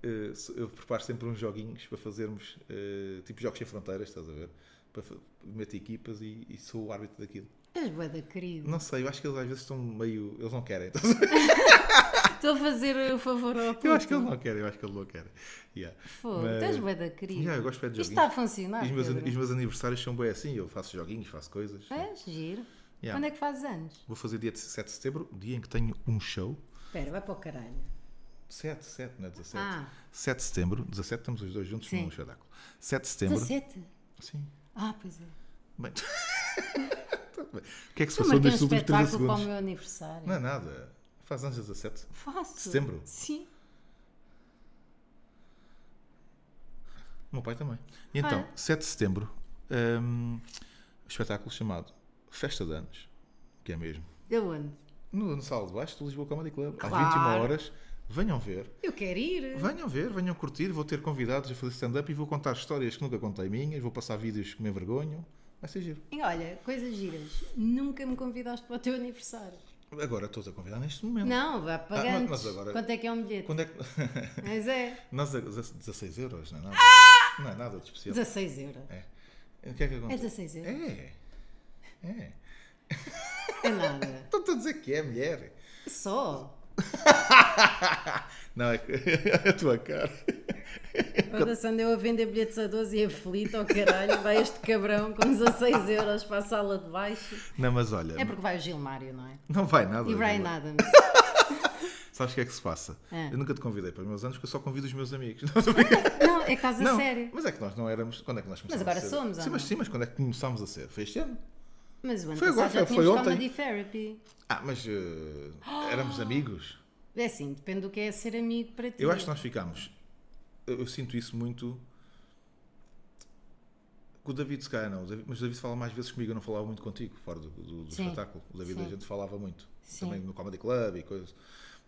S1: eh, se- eu preparo sempre uns joguinhos para fazermos, eh, tipo Jogos Sem Fronteiras, estás a ver? Para fa- meter equipas e, e sou o árbitro daquilo.
S2: És boeda querido.
S1: Não sei, eu acho que eles às vezes estão meio. Eles não querem.
S2: Estou a fazer o favor ao puto.
S1: Eu acho que eles não querem, eu acho que eles não querem. Yeah.
S2: Fogo,
S1: Mas-
S2: tu és boeda querido.
S1: Yeah, eu gosto bem de
S2: Isto
S1: joguinhos.
S2: está a funcionar,
S1: E os meus,
S2: Pedro.
S1: e os meus aniversários são bem assim, eu faço joguinhos, faço coisas.
S2: É, giro.
S1: Yeah.
S2: Quando é que fazes anos?
S1: Vou fazer dia 17 de setembro, dia em que tenho um show.
S2: Espera, vai para o caralho.
S1: 7, 7, não é 17?
S2: Ah.
S1: 7 de setembro, 17 estamos os dois juntos
S2: Sim.
S1: num espetáculo. 7 de setembro.
S2: 17?
S1: Sim.
S2: Ah, pois é.
S1: Bem. Tá bem. o que é que se passou
S2: Eu marquei um
S1: nestes últimos 30
S2: espetáculo para o
S1: segundos?
S2: meu aniversário.
S1: Não é nada. Faz anos 17.
S2: Faço.
S1: Setembro?
S2: Sim.
S1: O meu pai também. E então,
S2: Ah.
S1: 7 de setembro, hum, um espetáculo chamado Festa de Anos, que é mesmo.
S2: De onde?
S1: No, no Sala de Baixo do Lisboa Comedy Club, às
S2: Claro.
S1: 21 horas. Venham ver.
S2: Eu quero ir.
S1: Venham ver, venham curtir, vou ter convidados a fazer stand-up e vou contar histórias que nunca contei minhas, vou passar vídeos que me envergonham. Vai ser giro.
S2: E olha, coisas giras. Nunca me convidaste para o teu aniversário.
S1: Agora estou a convidar neste momento.
S2: Não, vá
S1: Ah,
S2: pagando.
S1: mas agora-
S2: Quanto é que é um bilhete?
S1: Quando é que.
S2: Mas é
S1: Nós, a- 16 euros, não é nada? Não é nada de especial.
S2: 16 euros.
S1: É. O que é que acontece?
S2: Ah! É 16 euros.
S1: É. É.
S2: É nada.
S1: Estou-te a dizer que é, mulher.
S2: Só.
S1: Não, é que- é a tua cara. É
S2: Agora andeu a vender bilhetes a 12 e aflito, oh caralho, vai este cabrão com 16 euros para a sala de baixo.
S1: Não, mas olha.
S2: É porque vai o Gilmário, não é?
S1: Não vai nada.
S2: E
S1: não vai.
S2: Brian Adams.
S1: Sabes o que é que se passa?
S2: Ah.
S1: Eu nunca te convidei para os meus anos porque eu só convido os meus amigos. Não, estou a brincar.
S2: Não, é que estás a
S1: Não,
S2: sério.
S1: Mas é que nós não éramos. Quando é que nós começámos
S2: agora
S1: a ser?
S2: somos, ou
S1: sim, mas,
S2: não?
S1: sim, mas quando é que começámos a ser? Foi este ano?
S2: Mas o ano
S1: Foi agora,
S2: passado já
S1: foi- foi
S2: tínhamos
S1: ontem.
S2: comedy therapy.
S1: Ah, mas eh, éramos amigos.
S2: É assim, depende do que é ser amigo para ti.
S1: Eu acho que nós ficámos. Eu, eu sinto isso muito. Com o David, se calhar não. o David- Mas o David fala mais vezes comigo. Eu não falava muito contigo, fora do, do- do
S2: Sim.
S1: espetáculo. O David a
S2: Sim.
S1: gente falava muito.
S2: Sim.
S1: Também no Comedy Club e coisas.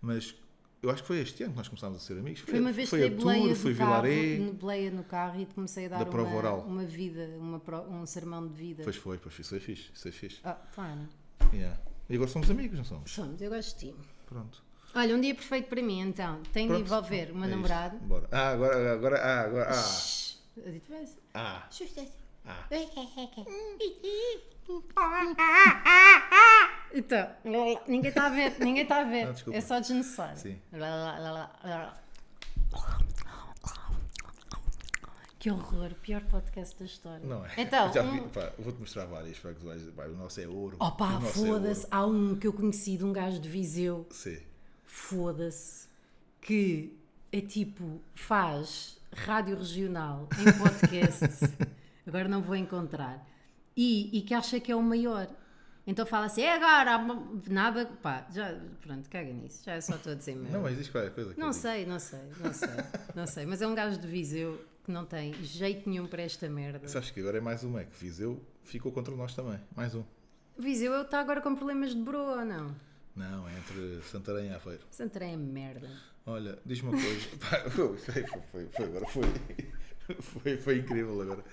S1: Mas eu acho que foi este ano que nós começámos a ser amigos.
S2: Foi uma vez
S1: foi
S2: que
S1: a
S2: dei bleia,
S1: Tour,
S2: do
S1: foi
S2: carro,
S1: Vilaré.
S2: no- bleia no carro e te comecei a dar
S1: Da
S2: uma,
S1: prova oral.
S2: uma vida, uma pro- um sermão de vida.
S1: Pois foi, pois foi. Isso é fixe. Isso é fixe.
S2: Ah, claro.
S1: Yeah. E agora somos amigos, não somos?
S2: Somos, eu gosto de ti.
S1: Pronto.
S2: Olha, um dia perfeito para mim, então. Tenho de
S1: Pronto.
S2: envolver uma
S1: É isso.
S2: namorada.
S1: Bora. Ah, agora, agora, ah, agora, ah,
S2: Shhh. Eu digo, "Mas,
S1: ah.
S2: Então, ninguém está a ver, ninguém está a ver.
S1: Não, desculpa.
S2: é só desnecessário.
S1: Sim.
S2: Que horror, pior podcast da história.
S1: Não é?
S2: Então,
S1: Já
S2: um-
S1: vi- pá, vou-te mostrar várias. Pá, que vais- pá, o nosso é ouro.
S2: Opa,
S1: o nosso é
S2: foda-se.
S1: ouro.
S2: Há um que eu conheci de um gajo de Viseu,
S1: Sim.
S2: foda-se, que é tipo, faz rádio regional em podcast, agora não vou encontrar, e, e que acha que é o maior. Então fala assim, é agora, há uma- nada, pá, já, pronto, caga nisso, já é só estou a dizer mesmo.
S1: Não, é mas diz qualquer coisa. que
S2: Não
S1: eu digo.
S2: sei, não sei, não sei, não sei, mas é um gajo de Viseu que não tem jeito nenhum para esta merda.
S1: Sabes que agora é mais uma. É que Viseu ficou contra nós também. Mais um.
S2: Viseu está agora com problemas de broa ou não?
S1: Não, é entre Santarém e Aveiro.
S2: Santarém é merda.
S1: Olha, diz-me uma coisa. Pá, foi, foi, foi, foi agora, foi. Foi, foi incrível agora.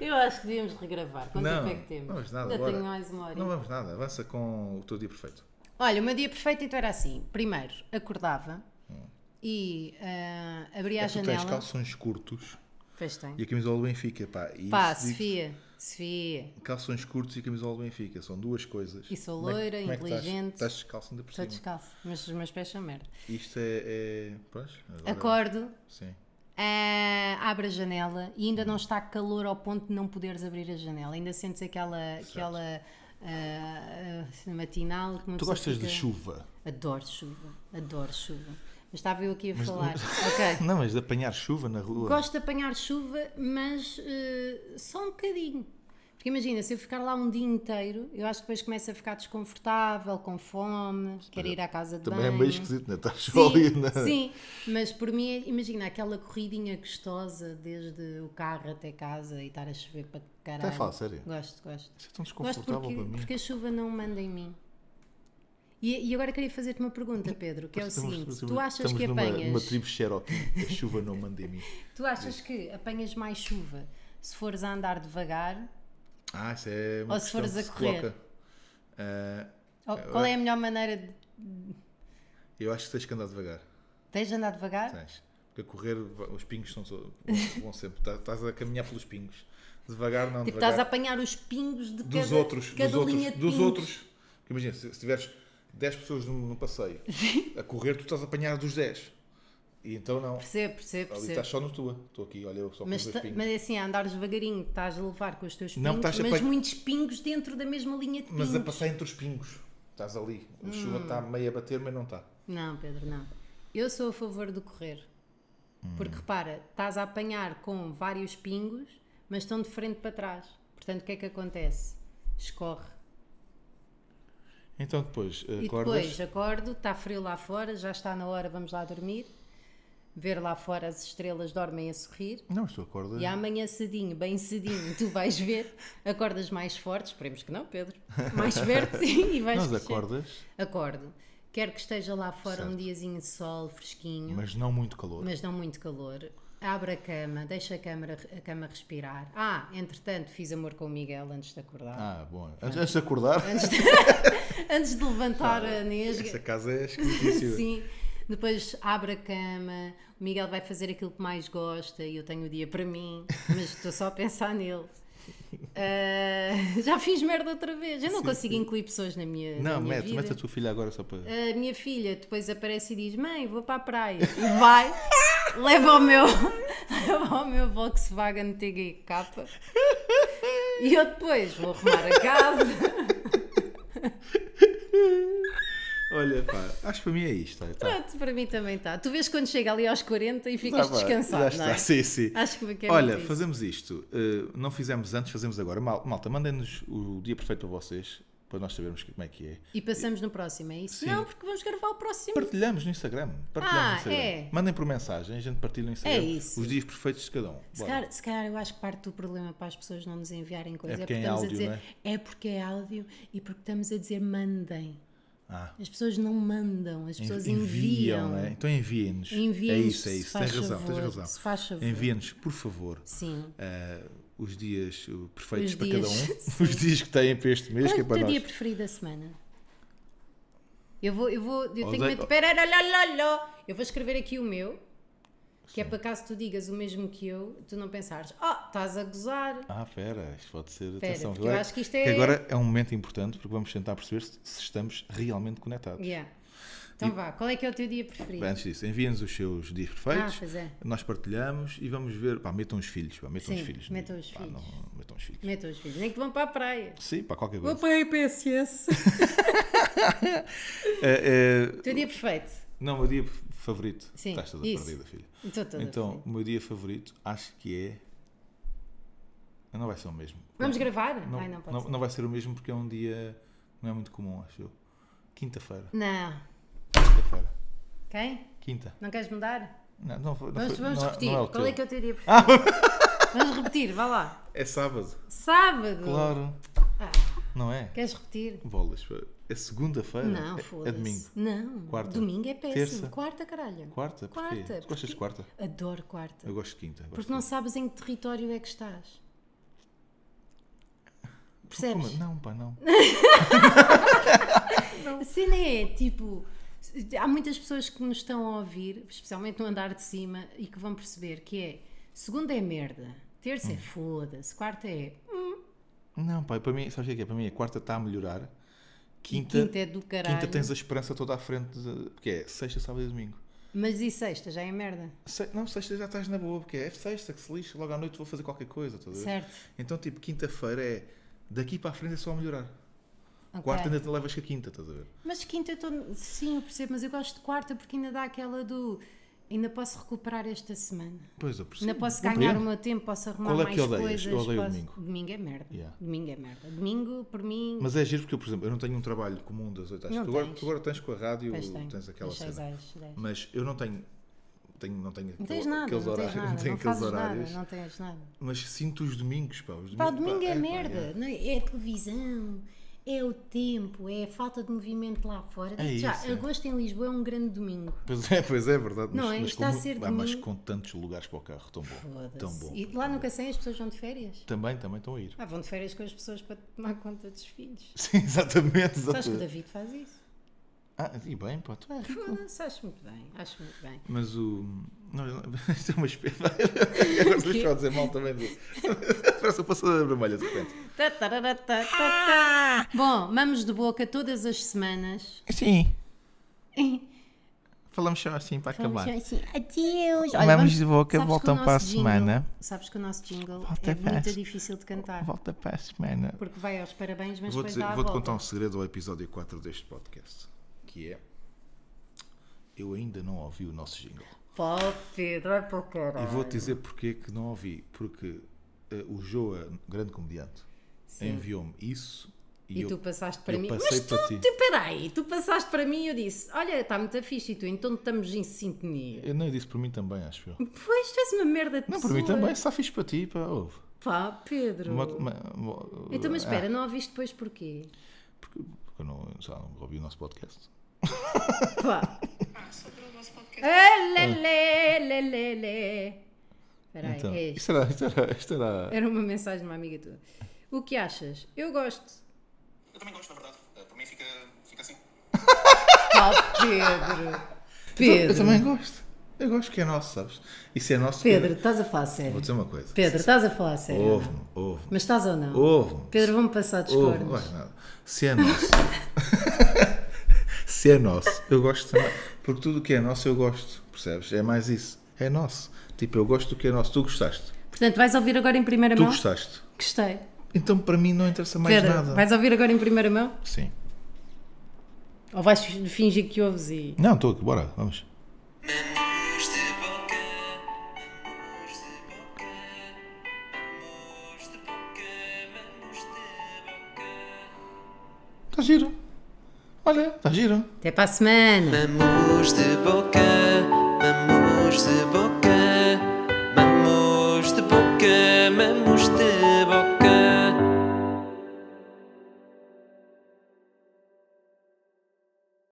S2: Eu acho que devíamos regravar. Quanto
S1: não,
S2: tempo é que temos?
S1: não vamos nada.
S2: Ainda
S1: bora.
S2: tenho mais uma hora.
S1: Não vamos nada. Avança com o teu dia perfeito.
S2: Olha, o meu dia perfeito então era assim. Primeiro, acordava e ah, abria a
S1: é que tu tens
S2: janela.
S1: calções curtos
S2: Pois tem.
S1: e a camisola do Benfica, pá. E
S2: Pá,
S1: isso digo-
S2: Sofia, Sofia.
S1: Calções curtos e camisola do Benfica, são duas coisas.
S2: E sou
S1: Como é que-
S2: loira,
S1: como é que estás?
S2: inteligente.
S1: Estás descalço ainda por
S2: Estou
S1: cima.
S2: descalço, mas os meus pés são merda.
S1: Isto é. é- Pois, agora-
S2: Acordo,
S1: Sim.
S2: ah, abro a janela e ainda não está calor ao ponto de não poderes abrir a janela. Ainda sentes aquela. aquela ah, ah, matinal. que uma
S1: Tu
S2: pessoa
S1: gostas
S2: fica-
S1: de chuva?
S2: Adoro chuva, adoro chuva. Mas estava eu aqui a falar. Ok.
S1: Não, mas de apanhar chuva na rua.
S2: Gosto de apanhar chuva, mas eh, só um bocadinho. Porque Porque imagina, se eu ficar lá um dia inteiro, eu acho que depois começo a ficar desconfortável, com fome, quero ir à casa de
S1: Também é
S2: banho.
S1: meio esquisito, não é? Estás só ali,
S2: Sim,
S1: não é?
S2: sim, mas por mim, imagina aquela corridinha gostosa desde o carro até casa e estar a chover para caralho.
S1: a falar sério?
S2: Gosto, gosto.
S1: Isso é tão
S2: Gosto
S1: desconfortável
S2: porque,
S1: para mim.
S2: porque é a chuva não manda em mim. E, e agora queria fazer-te uma pergunta, Pedro, que é o
S1: Estamos-
S2: seguinte: tu
S1: estamos-
S2: achas que
S1: estamos Numa, numa
S2: apanhas.
S1: tribo Cherokee, a chuva não manda em mim.
S2: Tu achas que apanhas mais chuva se fores a andar devagar?
S1: Ah, isso é uma
S2: Ou se
S1: questão
S2: fores
S1: que
S2: a
S1: se
S2: correr.
S1: coloca. Ah,
S2: Ou qual é a melhor maneira de.
S1: eu acho que tens que andar devagar.
S2: Tens de andar devagar?
S1: Tens. Porque a correr, va- os pingos são, so- vão- vão sempre. tá- Estás a caminhar pelos pingos. Devagar, não
S2: Tipo,
S1: devagar.
S2: estás a apanhar os pingos de
S1: Dos
S2: cada,
S1: outros.
S2: de cada
S1: Dos outros.
S2: linha de
S1: dos
S2: pingos.
S1: outros. Porque imagina, se, se tiveres 10 pessoas num, num passeio, a correr, tu estás a apanhar a dos 10. E então não.
S2: Percebo, percebo,
S1: Ali
S2: percebo.
S1: estás só no tua. Estou aqui, olha, eu só com os
S2: Mas,
S1: dois
S2: ta-
S1: pingos.
S2: mas assim, a andares devagarinho, estás a levar com os teus
S1: Não,
S2: pingos,
S1: estás a
S2: mas
S1: apan-
S2: muitos pingos dentro da mesma linha de pingos.
S1: Mas a passar entre os pingos. Estás ali.
S2: Hum.
S1: A chuva está meio a bater, mas não está.
S2: Não, Pedro, não. Eu sou a favor do correr. Porque
S1: Hum.
S2: repara, estás a apanhar com vários pingos, mas estão de frente para trás. Portanto, o que é que acontece? Escorre.
S1: Então depois
S2: E
S1: acordas.
S2: depois acordo, está frio lá fora, já está na hora, vamos lá dormir. Ver lá fora as estrelas dormem a sorrir.
S1: Não, mas tu acordas.
S2: E amanhã cedinho, bem cedinho, tu vais ver, acordas mais forte, esperemos que não, Pedro. Mais verde, sim, e vais
S1: Nós
S2: crescer.
S1: acordas,
S2: Acordo. Quero que esteja lá fora um
S1: Certo.
S2: diazinho de sol, fresquinho.
S1: mas não muito calor.
S2: mas não muito calor. Abre a cama, deixa a cama, a cama respirar. Ah, entretanto, fiz amor com o Miguel antes de acordar.
S1: Ah, bom. Antes, antes de acordar,
S2: Antes de levantar a nesga.
S1: essa casa é esquisitíssima.
S2: Sim. Depois abre a cama, o Miguel vai fazer aquilo que mais gosta e eu tenho o dia para mim, mas estou só a pensar nele. Ah, já fiz merda outra vez. Eu não consigo incluir pessoas na minha, na
S1: Não,
S2: é minha
S1: mete,
S2: vida. É.
S1: mete a tua filha agora só para.
S2: A minha filha depois aparece e diz: Mãe, vou para a praia. E vai, leva o meu, leva o meu Volkswagen TGK. E eu depois vou arrumar a casa.
S1: Olha, pá, acho que para mim é isto. Tá, tá.
S2: Pronto, para mim também está. Tu vês quando chega ali aos 40 e ficas
S1: Tá, pá, já
S2: descansado, não
S1: está,
S2: é?
S1: sim, sim.
S2: Acho que é
S1: Olha,
S2: muito isso.
S1: fazemos isto. Uh, não fizemos antes, fazemos agora. Mal- Malta, mandem-nos o dia perfeito para vocês, para nós sabermos como é que é.
S2: E passamos no próximo, é isso?
S1: Sim.
S2: Não, porque vamos gravar o próximo.
S1: Partilhamos no Instagram. Partilhamos
S2: Ah,
S1: no Instagram.
S2: é.
S1: Mandem por mensagem, a gente partilha no Instagram
S2: É isso.
S1: os dias perfeitos de cada um.
S2: Se
S1: Bora.
S2: calhar, se calhar eu acho que parte do problema para as pessoas não nos enviarem coisas
S1: É porque é
S2: estamos
S1: áudio,
S2: a dizer
S1: não é?
S2: é porque é áudio e porque estamos a dizer mandem.
S1: Ah.
S2: As pessoas não mandam, as pessoas enviam.
S1: não é? Então enviem-nos.
S2: Enviem-nos,
S1: É isso, é
S2: se
S1: isso.
S2: faz
S1: Tens razão,
S2: favor,
S1: tens razão.
S2: se faz favor.
S1: Enviem-nos, por favor,
S2: Sim.
S1: eh, os dias uh, perfeitos
S2: Os
S1: para cada
S2: dias,
S1: um.
S2: sim.
S1: Os dias que têm para este mês,
S2: Qual é
S1: que é
S2: o teu
S1: para nós.
S2: dia preferido da semana? Eu vou, eu vou, eu tenho
S1: Odeio-
S2: que meter, pera, lá, lá, lá, lá. eu vou escrever aqui o meu, que é para caso tu digas o mesmo que eu, tu não pensares, oh, estás a gozar.
S1: Ah, espera, isto pode ser.
S2: Espera,
S1: atenção,
S2: porque eu acho que isto é-
S1: agora é um momento importante porque vamos tentar perceber se, se estamos realmente conectados.
S2: Yeah. Então vá, qual é que é o teu dia preferido?
S1: Bem, Antes disso, enviem-nos os seus dias perfeitos,
S2: Ah, pois é.
S1: nós partilhamos e vamos ver. Pá, metam os filhos, pá, metam
S2: Sim,
S1: os filhos.
S2: metam os
S1: Pá,
S2: filhos.
S1: não- metam os filhos.
S2: Metam os filhos, nem é que vão para a praia.
S1: Sim, pá, qualquer
S2: Vou
S1: coisa.
S2: para a IPSS.
S1: Eh, eh,
S2: teu dia perfeito.
S1: não, o meu dia favorito.
S2: Sim,
S1: Estás toda
S2: isso.
S1: perdida, filha.
S2: Estou toda
S1: Então,
S2: feliz.
S1: o meu dia favorito acho que é. Não vai ser o mesmo.
S2: Vamos gravar?
S1: Não,
S2: Ai, não pode ser.
S1: não, não vai ser o mesmo porque é um dia. Não é muito comum, acho eu. Quinta-feira.
S2: Não.
S1: Quinta-feira.
S2: Quem?
S1: Quinta.
S2: Não queres mudar?
S1: Não, não, foi- não
S2: Vamos,
S1: foi-
S2: vamos
S1: não é-
S2: repetir.
S1: não o
S2: Qual é
S1: teu.
S2: que é o teu dia preferido? vamos repetir, vá lá.
S1: É sábado.
S2: Sábado.
S1: Claro.
S2: Ah,
S1: Não é?
S2: queres repetir?
S1: Bolas. pá. É segunda-feira.
S2: Não,
S1: É-
S2: foda-se.
S1: É domingo.
S2: Não.
S1: Quarta.
S2: Domingo é péssimo.
S1: Terça.
S2: Quarta, caralho.
S1: Quarta? Porquê?
S2: Quarta.
S1: Tu gostas de quarta?
S2: Adoro quarta.
S1: Eu gosto de quinta.
S2: Porque não sabes em que território é que estás.
S1: Como? é?
S2: Percebes?
S1: Não, pá, não.
S2: A cena é tipo. Há muitas pessoas que nos estão a ouvir, especialmente no andar de cima, e que vão perceber que é segunda é merda, terça
S5: Hum.
S2: é foda-se, quarta é
S1: Não, pá, para mim, sabes o que é que é? Para mim, a quarta está a melhorar. Quinta,
S2: quinta é do caralho.
S1: quinta tens a esperança toda à frente, de- porque é sexta, sábado e domingo.
S2: Mas e sexta já é merda.
S1: Se- Não, sexta já estás na boa, porque é sexta que se lixa, logo à noite vou fazer qualquer coisa. estás a ver?
S2: Certo.
S1: Então, tipo, quinta-feira é daqui para a frente é só a melhorar.
S2: Ok.
S1: Quarta ainda te levas com a quinta, estás a ver?
S2: Mas quinta eu estou. Sim, eu percebo, mas eu gosto de quarta porque ainda dá aquela do. Ainda posso recuperar esta semana.
S5: Pois eu percebo.
S2: Ainda posso
S5: Compreendo.
S2: ganhar o meu tempo, posso arrumar
S5: Qual é
S2: mais
S5: que odeias?
S2: coisas.
S5: Eu odeio
S2: posso-
S5: domingo.
S2: Domingo é merda.
S5: Yeah.
S2: Domingo é merda. Domingo, por mim,
S5: Mas
S1: Mas é giro porque eu, por exemplo, eu não tenho um trabalho comum das 8 às 10.
S2: Não
S1: Tu agora,
S2: tens.
S1: tu agora tens com a rádio,
S2: depois tenho.
S1: tens aquela
S2: das seis
S1: cena.
S2: às dez.
S1: Mas eu não tenho, tenho não tenho
S2: Não
S1: aquele-
S2: tens nada, não
S1: aqueles
S2: tens
S1: horários,
S2: nada,
S1: não tenho
S2: não
S1: aqueles
S2: fazes
S1: horários.
S2: nada, não tens nada.
S1: Mas sinto os domingos, pá. Os domingos,
S2: Pá, o domingo
S1: pá,
S2: é
S1: pá,
S2: merda, não é? É a televisão, é o tempo, é a falta de movimento lá fora. Digo-te já,
S5: isso, é.
S2: agosto em Lisboa é um grande domingo.
S5: Pois é, pois é, verdade.
S2: Não
S5: mas,
S2: é?
S5: mas
S2: Está a
S5: como-
S2: ser
S5: ah, mas
S2: domingo.
S5: com tantos lugares para o carro, tão bom.
S2: Foda-se.
S5: Tão bom.
S2: E lá no Cacém as pessoas vão de férias.
S5: Também, também estão a ir.
S2: Ah, vão de férias com as pessoas para tomar conta dos filhos.
S5: Sim, exatamente.
S2: Sabes que o
S5: exatamente.
S2: David faz isso?
S5: Ah, e bem, pá, tu é rico.
S2: Foda-se, acho muito bem, acho muito bem.
S1: Mas o. Não, isto é uma espécie. Agora deixa eu dizer mal também. do- Parece uma passada vermelha de repente.
S2: Tá, tarará, tá, tá, tá. Bom, mamos de boca todas as semanas.
S6: Sim. Falamos só assim para
S2: Vamos
S6: acabar. é
S2: assim, adeus.
S6: Vamos de
S2: Sabes que
S6: boca,
S2: o
S6: voltam
S2: nosso
S6: para a
S2: jingle-
S6: semana.
S2: Sabes que o nosso jingle
S6: Volta
S2: é
S6: para
S2: muito
S6: as-
S2: difícil de cantar.
S6: Volta para a semana.
S2: Porque vai aos parabéns, mas
S1: Vou-te
S2: depois dá a
S1: vou
S2: volta.
S1: contar um segredo ao episódio 4 deste podcast. Que é. Eu ainda não ouvi o nosso jingle.
S2: Pá, Pedro, é para o caralho.
S1: E vou-te dizer porque é que não ouvi. Porque eh, o Joa, grande comediante, enviou-me isso
S2: E
S1: eu-
S2: tu passaste para
S1: eu
S2: mim.
S1: passei
S2: Mas tu,
S1: para ti.
S2: tu, peraí, tu passaste para mim e eu disse: Olha, está muito fixe, e tu, então estamos em sintonia.
S1: Eu não eu disse por mim também, acho eu.
S2: Pois, tu és uma merda de
S1: Não, por
S2: pessoa. Hum.
S1: mim também, se está fixe para ti, pá, ouve.
S2: Pá, Pedro.
S1: Uma- Ah. uma- uma-
S2: Então, mas espera, não ouviste depois porquê?
S1: Porque, porque eu não, já não ouvi o nosso podcast.
S2: Pá. Ah, lê, lê, lê, lê, lê. Espera aí,
S1: Então,
S2: é este.
S1: isto era, isto era, isto era-
S2: Era uma mensagem de uma amiga tua. O que achas? Eu gosto.
S7: Eu também gosto, na verdade. Eh, Por mim fica, fica assim.
S2: Pá, Pedro. Pedro.
S1: Eu também gosto. Eu gosto que é nosso, sabes? Isso é nosso.
S2: Pedro, estás a falar a sério.
S1: Vou dizer Oh. uma coisa.
S2: Pedro, estás a falar a sério. ou não?
S1: Ouve-me, ouve-me,
S2: Mas estás ou não?
S1: ouve-me.
S2: Pedro, vamos passar dos
S1: ouve-me.
S2: cornos.
S1: Oh. Vai, nada. Se é nosso. Se é nosso, eu gosto também. Porque tudo o que é nosso eu gosto, percebes? É mais isso. É nosso. Tipo, eu gosto do que é nosso. Tu gostaste.
S2: Portanto, vais ouvir agora em primeira
S1: Tu
S2: mão?
S1: gostaste.
S2: Gostei.
S1: Então para mim não interessa mais
S2: Pedro,
S1: nada.
S2: vais ouvir agora em primeira mão?
S1: Sim.
S2: Ou vais fingir que ouves e.
S1: Não, estou aqui, bora, vamos.
S3: Mamus de boca, mamus de boca, mamus de boca, mamus de boca.
S1: Está Tá giro. Olha, está giro.
S2: Até para a semana.
S3: Mamus de boca, mamus de boca, mamus de boca, mamus de boca.